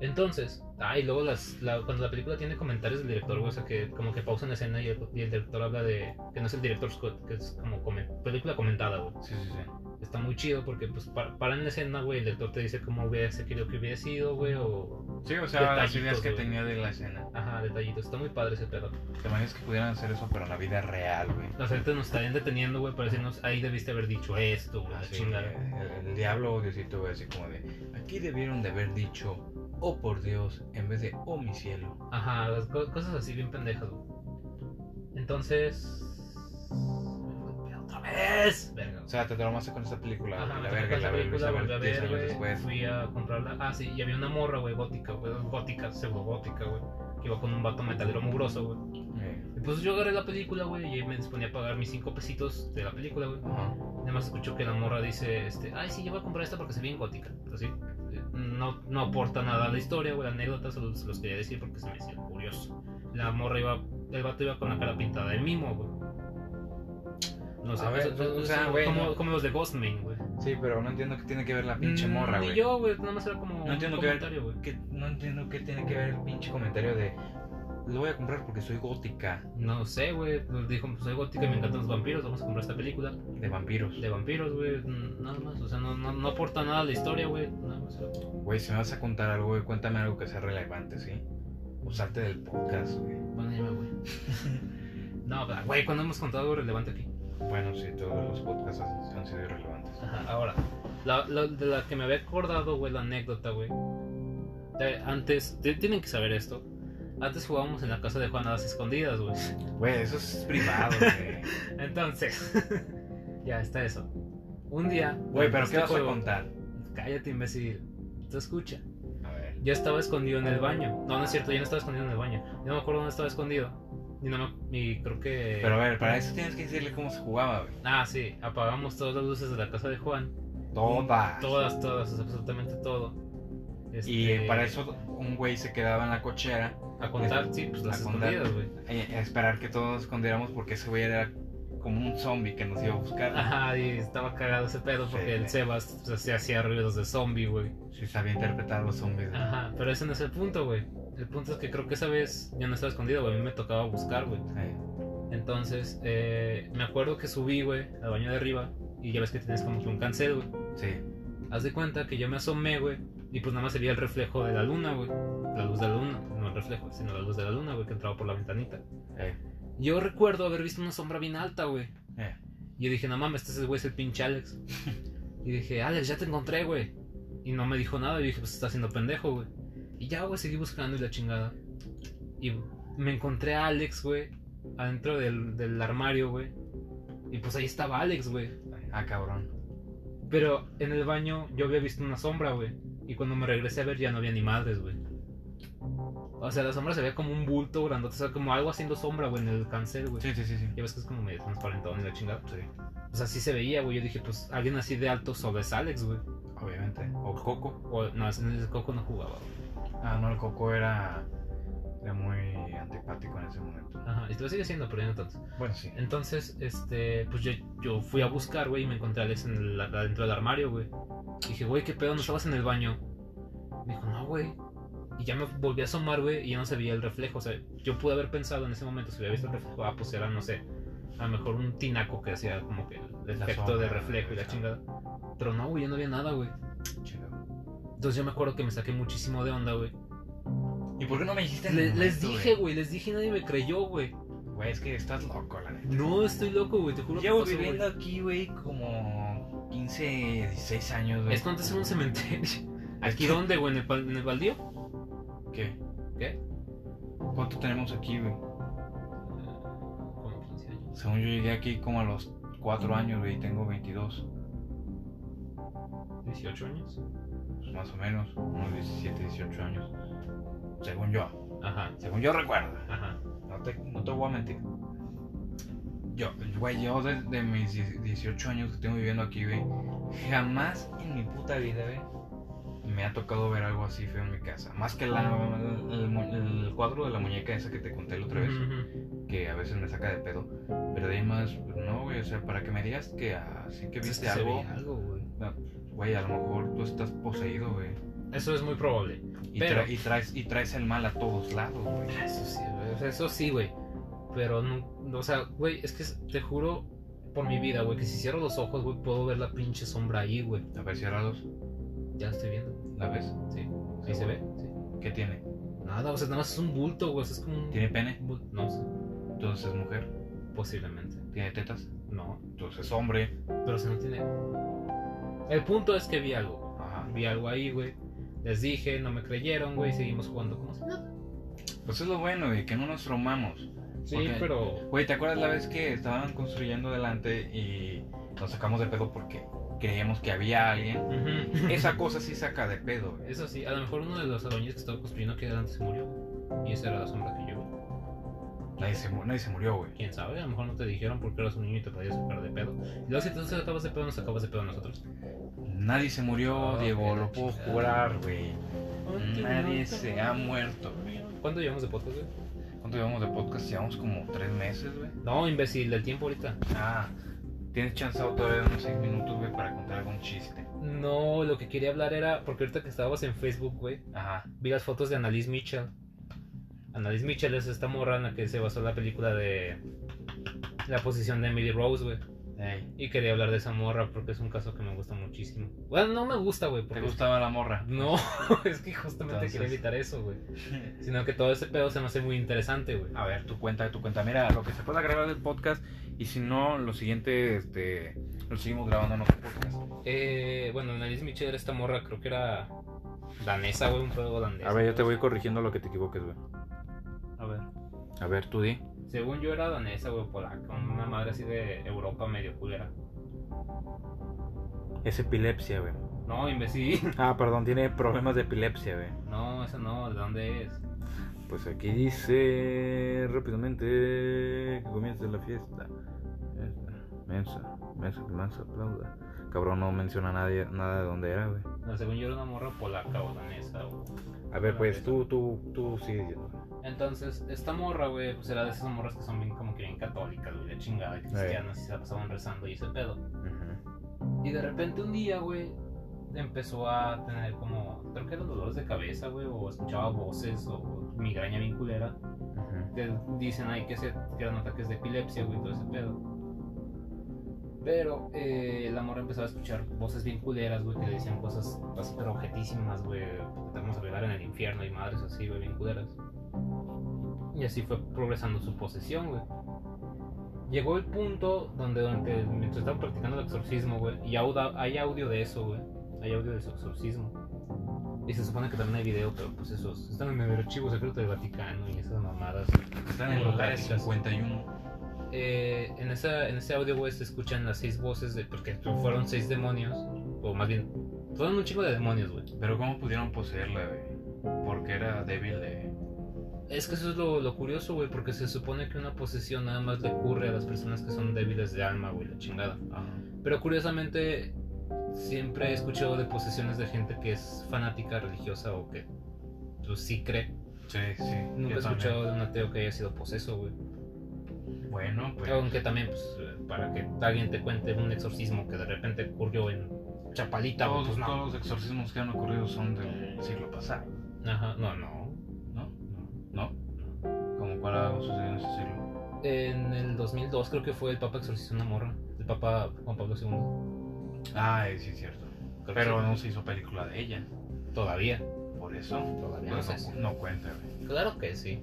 S2: Entonces, ah, y luego las, la- cuando la película tiene comentarios del director, güey, o sea, que como que pausan la escena y el, y el director habla de que no es el director Scott, que es como come- película comentada, güey.
S1: Sí, sí, sí.
S2: Está muy chido porque, pues, pa- paran la escena, güey, el director te dice cómo hubiese querido que hubiera sido, güey, o.
S1: Sí, o sea, las
S2: Detallitos,
S1: ideas que
S2: güey.
S1: tenía de la escena.
S2: Ajá, detallitos. Está muy padre ese pedo.
S1: Te imaginas que pudieran hacer eso, pero en la vida real, güey.
S2: Las gente nos estarían deteniendo, güey, para decirnos, ahí debiste haber dicho esto, güey, la
S1: Así,
S2: chingada.
S1: eh, el, el diablo o Diosito, güey, así como de. Aquí debieron de haber dicho, oh por Dios, en vez de, oh mi cielo.
S2: Ajá, las co- cosas así bien pendejas, güey. Entonces. ¡Otra vez! Verga.
S1: O sea, te traumaste con esa película.
S2: Ajá,
S1: güey,
S2: me tocó
S1: la verga,
S2: esa
S1: la volviste
S2: película,
S1: a
S2: volví a ver,
S1: ver 10 años
S2: güey.
S1: después.
S2: Fui a comprarla. Ah, sí, y había una morra, güey, gótica, güey, gótica, pseudo gótica, güey. Que iba con un vato metalero mugroso, güey.
S1: Eh,
S2: Y pues yo agarré la película, güey, y me disponía a pagar mis cinco pesitos de la película, güey.
S1: ajá.
S2: Nada más escucho que la morra dice, este, ay, sí, yo voy a comprar esta porque se ve bien gótica. Así, eh, no, no aporta nada a la historia o la anécdota, solo se los quería decir porque se me hacía curioso. La morra iba, el vato iba con la cara pintada de mimo, güey. No sé,
S1: A ver,
S2: eso- eso-
S1: o sea,
S2: eso-
S1: güey,
S2: como,
S1: no.
S2: como los de Ghostman, güey.
S1: Sí, pero no entiendo qué tiene que ver la pinche
S2: Mm,
S1: morra,
S2: ni
S1: güey.
S2: yo, güey, nada más era como
S1: No
S2: un
S1: entiendo qué ver.
S2: comentario, güey.
S1: Que no entiendo qué tiene que ver el pinche comentario de lo voy a comprar porque soy gótica
S2: No sé, güey. Nos dijo, pues soy gótica y me encantan los vampiros. Vamos a comprar esta película
S1: de vampiros.
S2: de vampiros, güey. mm, Nada más. O sea, no, no, no aporta nada a la historia, güey. Nada más.
S1: Güey, si me vas a contar algo, güey, cuéntame algo que sea relevante, ¿sí? O salte del podcast, güey.
S2: Bueno, ya, güey. no, pero, güey, ¿cuándo hemos contado algo relevante aquí?
S1: Bueno, sí, todos los podcasts han han sido irrelevantes.
S2: Ajá, ahora, la, la- de la que me había acordado, güey, la anécdota, güey. De- Antes, t- tienen que saber esto. Antes jugábamos en la casa de Juan a las escondidas, güey.
S1: Güey, eso es privado, güey.
S2: Entonces, ya está eso. Un día.
S1: Güey, pero
S2: este
S1: ¿qué vas a
S2: juego-
S1: contar?
S2: Cállate, imbécil. Te escucha.
S1: A ver.
S2: Yo estaba escondido en el baño. No, no es cierto, yo no estaba escondido en el baño. Yo no me acuerdo dónde estaba escondido. Y, no me- y creo que.
S1: Pero a ver, para eso tienes que decirle cómo se jugaba, güey.
S2: Ah, sí, apagamos todas las luces de la casa de Juan.
S1: Todas.
S2: Todas, todas, o sea, absolutamente todo.
S1: Y
S2: Este,
S1: para eso un güey se quedaba en la cochera
S2: A contar, sí, pues
S1: a
S2: las
S1: contar.
S2: escondidas, güey.
S1: eh, a esperar que todos nos escondiéramos porque ese güey era como un zombie que nos iba a buscar.
S2: Ajá, y estaba cagado ese pedo porque
S1: Sí,
S2: el
S1: güey.
S2: Sebas pues, se hacía ruidos de zombie, güey.
S1: Si sabía interpretar los zombies. güey.
S2: Ajá, pero ese no es el punto, güey. El punto es que creo que esa vez yo no estaba escondido, güey. A mí me tocaba buscar, güey.
S1: Sí.
S2: Entonces, eh, me acuerdo que subí, güey, al baño de arriba. Y ya ves que tienes como que un cancel, güey.
S1: Sí.
S2: Haz de cuenta que yo me asomé, güey. Y pues nada más se veía el reflejo de la luna, güey. La luz de la luna. No el reflejo, sino la luz de la luna, güey, que entraba por la ventanita.
S1: Eh,
S2: Yo recuerdo haber visto una sombra bien alta, güey.
S1: eh.
S2: Y yo dije, no mames, este es el güey es el pinche Alex. y dije, Alex, ya te encontré, güey. Y no me dijo nada. Y dije, pues está haciendo pendejo, güey. Y ya, güey, seguí buscando y la chingada. Y me encontré a Alex, güey, adentro del, del armario, güey. Y pues ahí estaba Alex, güey.
S1: Ah, cabrón.
S2: Pero en el baño yo había visto una sombra, güey. Y cuando me regresé a ver ya no había ni madres, güey. O sea, la sombra se veía como un bulto grandote, o sea, como algo haciendo sombra, güey, en el cancel, güey.
S1: Sí, sí, sí. sí.
S2: Ya ves que es como medio transparentón y la chingada. pues, O sea, así se veía, güey. Yo dije, pues alguien así de alto sobres Alex, güey.
S1: Obviamente. O Coco.
S2: O no, ese- ese Coco no jugaba, güey.
S1: Ah, no, el Coco era, era muy antipático en ese momento.
S2: Ajá, y te lo sigue siendo, pero ya no tanto.
S1: Bueno, sí.
S2: Entonces, este, pues yo, yo fui a buscar, güey, y me encontré a Alex en el- adentro del armario, güey. Dije, güey, ¿qué pedo? ¿No estabas en el baño? Me dijo, no, güey. Y ya me volví a asomar, güey, y ya no se veía el reflejo. O sea, yo pude haber pensado en ese momento, si hubiera visto el reflejo, ah, pues era, no sé, a lo mejor un tinaco que hacía como que el
S1: La
S2: efecto
S1: sombra,
S2: de reflejo y la
S1: ajá.
S2: chingada. Pero no, güey, ya no había nada, güey.
S1: Chido.
S2: Entonces yo me acuerdo que me saqué muchísimo de onda, güey.
S1: ¿Y por qué no me dijiste en el
S2: Le- les
S1: momento,
S2: dije, güey, les dije y nadie me creyó, güey.
S1: Güey, es que estás loco, la neta.
S2: No, estoy loco, güey, te juro que
S1: Llevo
S2: pasó, güey.
S1: viviendo aquí, güey, como 15, 16 años, güey.
S2: Es cuando es un cementerio. ¿Aquí
S1: Es-
S2: dónde, güey? ¿En el, pal- en el baldío?
S1: ¿Qué?
S2: ¿Qué?
S1: ¿Cuánto tenemos aquí, güey?
S2: Eh, Como 15 años.
S1: Según yo llegué aquí como a los 4 años, güey, y tengo 22.
S2: 18 años.
S1: Pues más o menos, unos 17, 18 años. Según yo,
S2: Ajá,
S1: según yo recuerdo.
S2: ajá.
S1: No te, no te voy a mentir. Yo, güey, yo desde mis 18 años que tengo viviendo aquí, güey, jamás en mi puta vida, güey, me ha tocado ver algo así feo en mi casa. Más que la, el, mu- el cuadro de la muñeca esa que te conté la otra vez,
S2: Ujú,
S1: que a veces me saca de pedo. Pero de ahí más, pues, no, güey, o sea, para que me digas que así que
S2: ujú. Es
S1: viste
S2: que se
S1: algo,
S2: veía algo, güey.
S1: güey, a lo mejor tú estás poseído, güey.
S2: Eso es muy probable.
S1: Y,
S2: Pero-
S1: tra- y, traes, y traes el mal a todos lados, güey.
S2: Ah, Eso sí, güey. O sea, eso sí, güey. Pero no. no, O sea, güey, es que te juro por mi vida, güey, que si cierro los ojos, güey, puedo ver la pinche sombra ahí, güey.
S1: A ver, ciérralos,
S2: Ya la estoy viendo.
S1: ¿la ves?
S2: Sí. Ahí se ve. Sí.
S1: ¿Qué tiene?
S2: Nada, o sea, nada más es un bulto, güey. o sea, es como un.
S1: ¿Tiene pene?
S2: un bul- No sé.
S1: Entonces es mujer,
S2: Posiblemente.
S1: tiene tetas,
S2: No.
S1: entonces es hombre.
S2: Pero si no tiene. El punto es que vi algo. güey.
S1: Ajá.
S2: Vi algo ahí, güey. Les dije, no me creyeron, güey. Seguimos jugando como si nada.
S1: Pues es lo bueno, güey, que no nos traumamos.
S2: Sí,
S1: Ok.
S2: pero.
S1: Güey, ¿te acuerdas la vez que estaban construyendo delante y nos sacamos de pedo porque creíamos que había alguien?
S2: Ujú.
S1: Esa cosa sí saca de pedo, güey.
S2: Eso sí, a lo mejor uno de los albañiles que estaba construyendo aquí adelante se murió, güey. Y esa era la sombra que yo vi.
S1: Nadie se, mu- nadie se murió, güey.
S2: Quién sabe, a lo mejor no te dijeron porque eras un niño y te podías sacar de pedo. Y luego, si tú te sacabas de pedo, nos sacabas de pedo a nosotros.
S1: Nadie se murió,
S2: Ah,
S1: Diego,
S2: qué
S1: lo puedo
S2: chingada.
S1: jurar, güey. Nadie se ha muerto, güey.
S2: Mm. ¿Cuándo llevamos de podcast, güey?
S1: ¿Cuánto llevamos de podcast? Llevamos como tres meses, güey.
S2: No, imbécil, del tiempo ahorita.
S1: Ah, tienes chance todavía de unos seis minutos, güey, para contar algún chiste.
S2: No, lo que quería hablar era porque ahorita que estabas en Facebook, güey,
S1: Ajá.
S2: vi las fotos de Annalise Mitchell. Annalise Mitchell es esta morra en la que se basó la película de la posición de Emily Rose, güey.
S1: Ey,
S2: Y quería hablar de esa morra porque es un caso que me gusta muchísimo. Bueno, no me gusta, güey.
S1: ¿Te
S2: porque-
S1: gustaba la morra?
S2: No, es que justamente
S1: Entonces-
S2: quería evitar eso, güey. Sino que todo ese pedo se me hace muy interesante, güey.
S1: A ver, tu cuenta, tu cuenta. Mira, lo que se pueda grabar del podcast y si no, lo siguiente, este, lo seguimos grabando en otro podcast.
S2: Eh, bueno, Annalise Mitchell era esta morra, creo que era danesa, güey, un juego danés.
S1: A ver, yo te voy corrigiendo lo que te equivoques, güey.
S2: A ver.
S1: A ver, tú di.
S2: Según yo era danesa, güey, polaca, una madre así de Europa medio culera.
S1: Es epilepsia, güey.
S2: No, imbécil.
S1: Ah, perdón, tiene problemas de epilepsia, güey.
S2: No, esa no, ¿de dónde es?
S1: Pues aquí dice rápidamente que comience la fiesta. Mensa, mensa, que más aplauda. Cabrón, no menciona a nadie, nada de dónde era, güey.
S2: No, según yo era una morra polaca o danesa, güey.
S1: A ver, pues tú, tú, tú sigue diciendo.
S2: Entonces, esta morra, güey, pues era de esas morras que son bien como que bien católicas, güey, de chingada, cristianas, y se la pasaban rezando y ese pedo.
S1: Ujú.
S2: Y de repente un día, güey, empezó a tener como, creo que eran dolores de cabeza, güey, o escuchaba voces, o migraña bien culera.
S1: Ujú.
S2: Te dicen ahí que, se, que eran ataques de epilepsia, güey, todo ese pedo. Pero eh, la morra empezaba a escuchar voces bien culeras, güey, que le decían cosas así, pero objetísimas, güey. Te vamos a violar en el infierno y madres así, güey, bien culeras. Y así fue progresando su posesión, güey. Llegó el punto donde durante, mientras estaba practicando el exorcismo, güey, y auda- hay audio de eso, güey. Hay audio de su exorcismo. Y se supone que también hay video, pero pues esos están en el archivo secreto del Vaticano y esas mamadas.
S1: Están en el lugar 51.
S2: Eh, en, esa, en ese audio, güey, se escuchan las seis voces, de, porque fueron seis demonios, o más bien, fueron un chico de demonios, güey.
S1: Pero ¿cómo pudieron poseerla, güey? Porque era débil de...
S2: Es que eso es lo, lo curioso, güey, porque se supone que una posesión nada más le ocurre a las personas que son débiles de alma, güey, la chingada.
S1: Ajá.
S2: Pero curiosamente, siempre he escuchado de posesiones de gente que es fanática religiosa o que pues, sí cree.
S1: Sí, sí.
S2: Nunca
S1: yo
S2: he escuchado
S1: también.
S2: de un ateo que haya sido poseso, güey.
S1: Bueno, pues...
S2: Aunque también, pues, eh, para que alguien te cuente un exorcismo que de repente ocurrió en Chapalita, güey,
S1: Todos,
S2: pues no.
S1: todos los exorcismos que han ocurrido son del siglo pasado,
S2: Ajá, no, no.
S1: ¿no? ¿No? Como para suceder en ese siglo.
S2: En el 2002 creo que fue el Papa exorcizó una morra. El Papa Juan Pablo II.
S1: Ay, Ah, sí, es cierto.
S2: Creo
S1: Pero
S2: que
S1: no se hizo película de ella.
S2: sí. Todavía.
S1: Por eso.
S2: Todavía
S1: pues,
S2: no sé.
S1: no, no cuenta, güey.
S2: Claro que sí.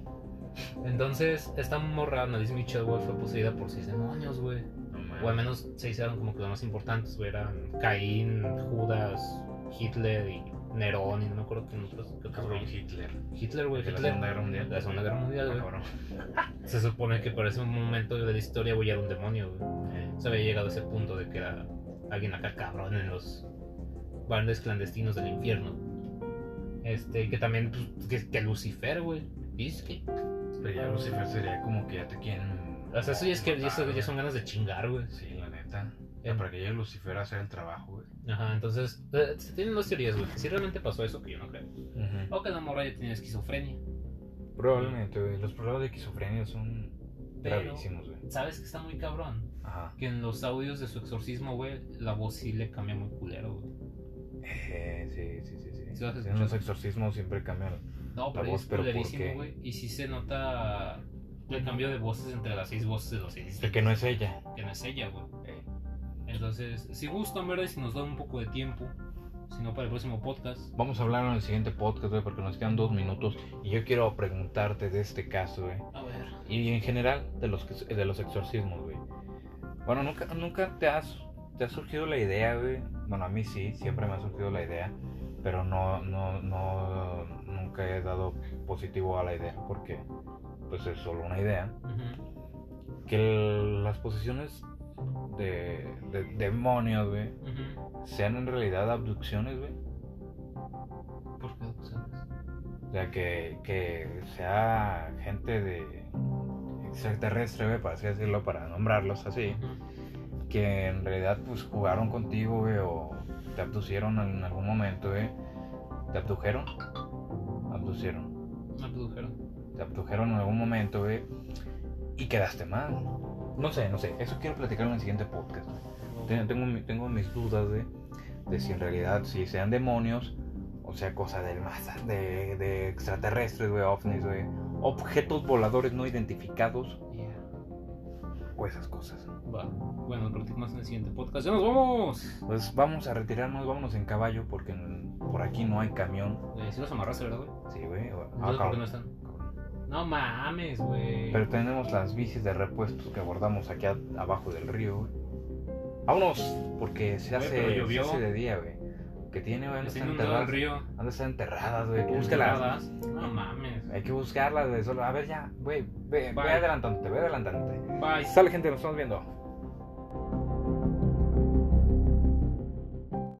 S2: Entonces, esta morra, Annalise Mitchell, güey, fue poseída por seis demonios, güey.
S1: No mames.
S2: O al menos se hicieron como que los más importantes, güey. Eran Caín, Judas, Hitler y Nerón y no me acuerdo quién otros. qué otros
S1: Cabrón
S2: güeyes.
S1: Hitler.
S2: Hitler, güey,
S1: De la
S2: Hitler.
S1: Segunda Guerra Mundial.
S2: La Segunda Guerra Mundial,
S1: Ah,
S2: güey.
S1: cabrón.
S2: Se supone que por ese momento de la historia, güey, era un demonio, güey.
S1: Eh,
S2: se había llegado a ese punto de que era alguien acá cabrón en los bares clandestinos del infierno. Este, que también, pues, que, que Lucifer, güey. Dice que.
S1: Pero ya Lucifer sería como que ya te quieren.
S2: O sea, eso ya es que ya, eso-
S1: matar,
S2: ya son ganas de chingar, güey.
S1: güey. Sí, la neta. O sea, para que llegue Lucifer a hacer el trabajo, güey.
S2: Ajá, entonces, eh, se tienen dos teorías, güey. que Si realmente pasó eso, que yo no creo. O que la morra ya tenía esquizofrenia.
S1: Probablemente, güey. Los problemas de esquizofrenia son
S2: Pero-
S1: gravísimos, güey.
S2: ¿Sabes que está muy cabrón?
S1: Ajá.
S2: Que en los audios de su exorcismo, güey, la voz sí le cambia muy culero, güey.
S1: Eh, sí, sí, sí. sí.
S2: Sí, vas a
S1: en los
S2: escuchar.
S1: exorcismos siempre cambian.
S2: No, pero
S1: voz,
S2: es
S1: pero ¿por qué?
S2: culerísimo, güey. Y sí se nota el cambio de voces entre las seis voces de los seis.
S1: El que no es ella.
S2: que no es ella, güey.
S1: Eh.
S2: Entonces, si gustan, ¿verdad? Y Si nos dan un poco de tiempo, si no para el próximo podcast.
S1: Vamos a hablar en el siguiente podcast, güey, porque nos quedan dos minutos. Y yo quiero preguntarte de este caso, güey.
S2: A ver.
S1: Y en general, de los, que- de los exorcismos, güey. Bueno, nunca, nunca te, has, te ha surgido la idea, güey. Bueno, a mí sí, siempre me ha surgido la idea. Pero no, no, no, nunca he dado positivo a la idea. Porque, pues, es solo una idea. Que el- las posiciones de, de demonios, güey, sean en realidad abducciones, güey.
S2: ¿Por qué
S1: O sea, que, que sea gente de extraterrestre, güey, para así decirlo, para nombrarlos así. que en realidad pues jugaron contigo, güey, o te abducieron en algún momento, güey. ¿Te abdujeron? Abducieron.
S2: Una produjeron.
S1: Te abdujeron en algún momento, güey. Y quedaste mal. No sé, no sé. Eso quiero platicarlo en el siguiente podcast, güey.
S2: Oh,
S1: Ten- Tengo, mi- tengo mis dudas, güey, de si en realidad si sean demonios, o sea, cosa del más de, de extraterrestres, güey, ovnis, güey, objetos voladores no identificados
S2: Yeah.
S1: o esas cosas.
S2: Va. Bueno, platicamos en el siguiente podcast. ¡Ya nos vamos!
S1: Pues vamos a retirarnos, vámonos en caballo porque en- por aquí no hay camión.
S2: Eh, si los amarraste, ¿verdad, güey?
S1: Sí, güey. o- ah,
S2: Entonces, ¿por qué no
S1: cabrón.
S2: están? No mames, güey.
S1: Pero tenemos las bicis de repuesto que guardamos aquí a- abajo del río, güey. Vámonos, porque se
S2: Güey, pero
S1: hace, se
S2: llovió.
S1: hace de día, güey. Que tiene, güey,
S2: Está
S1: están
S2: inundado el
S1: enterradas.
S2: río.
S1: ¿Dónde están enterradas, güey? Búscalas.
S2: Inundadas. No mames.
S1: Hay que buscarlas, güey. Solo, a ver, ya, güey. Ve, ve
S2: Bye.
S1: adelantándote, ve adelantándote.
S2: Bye.
S1: Sale, gente, nos estamos viendo.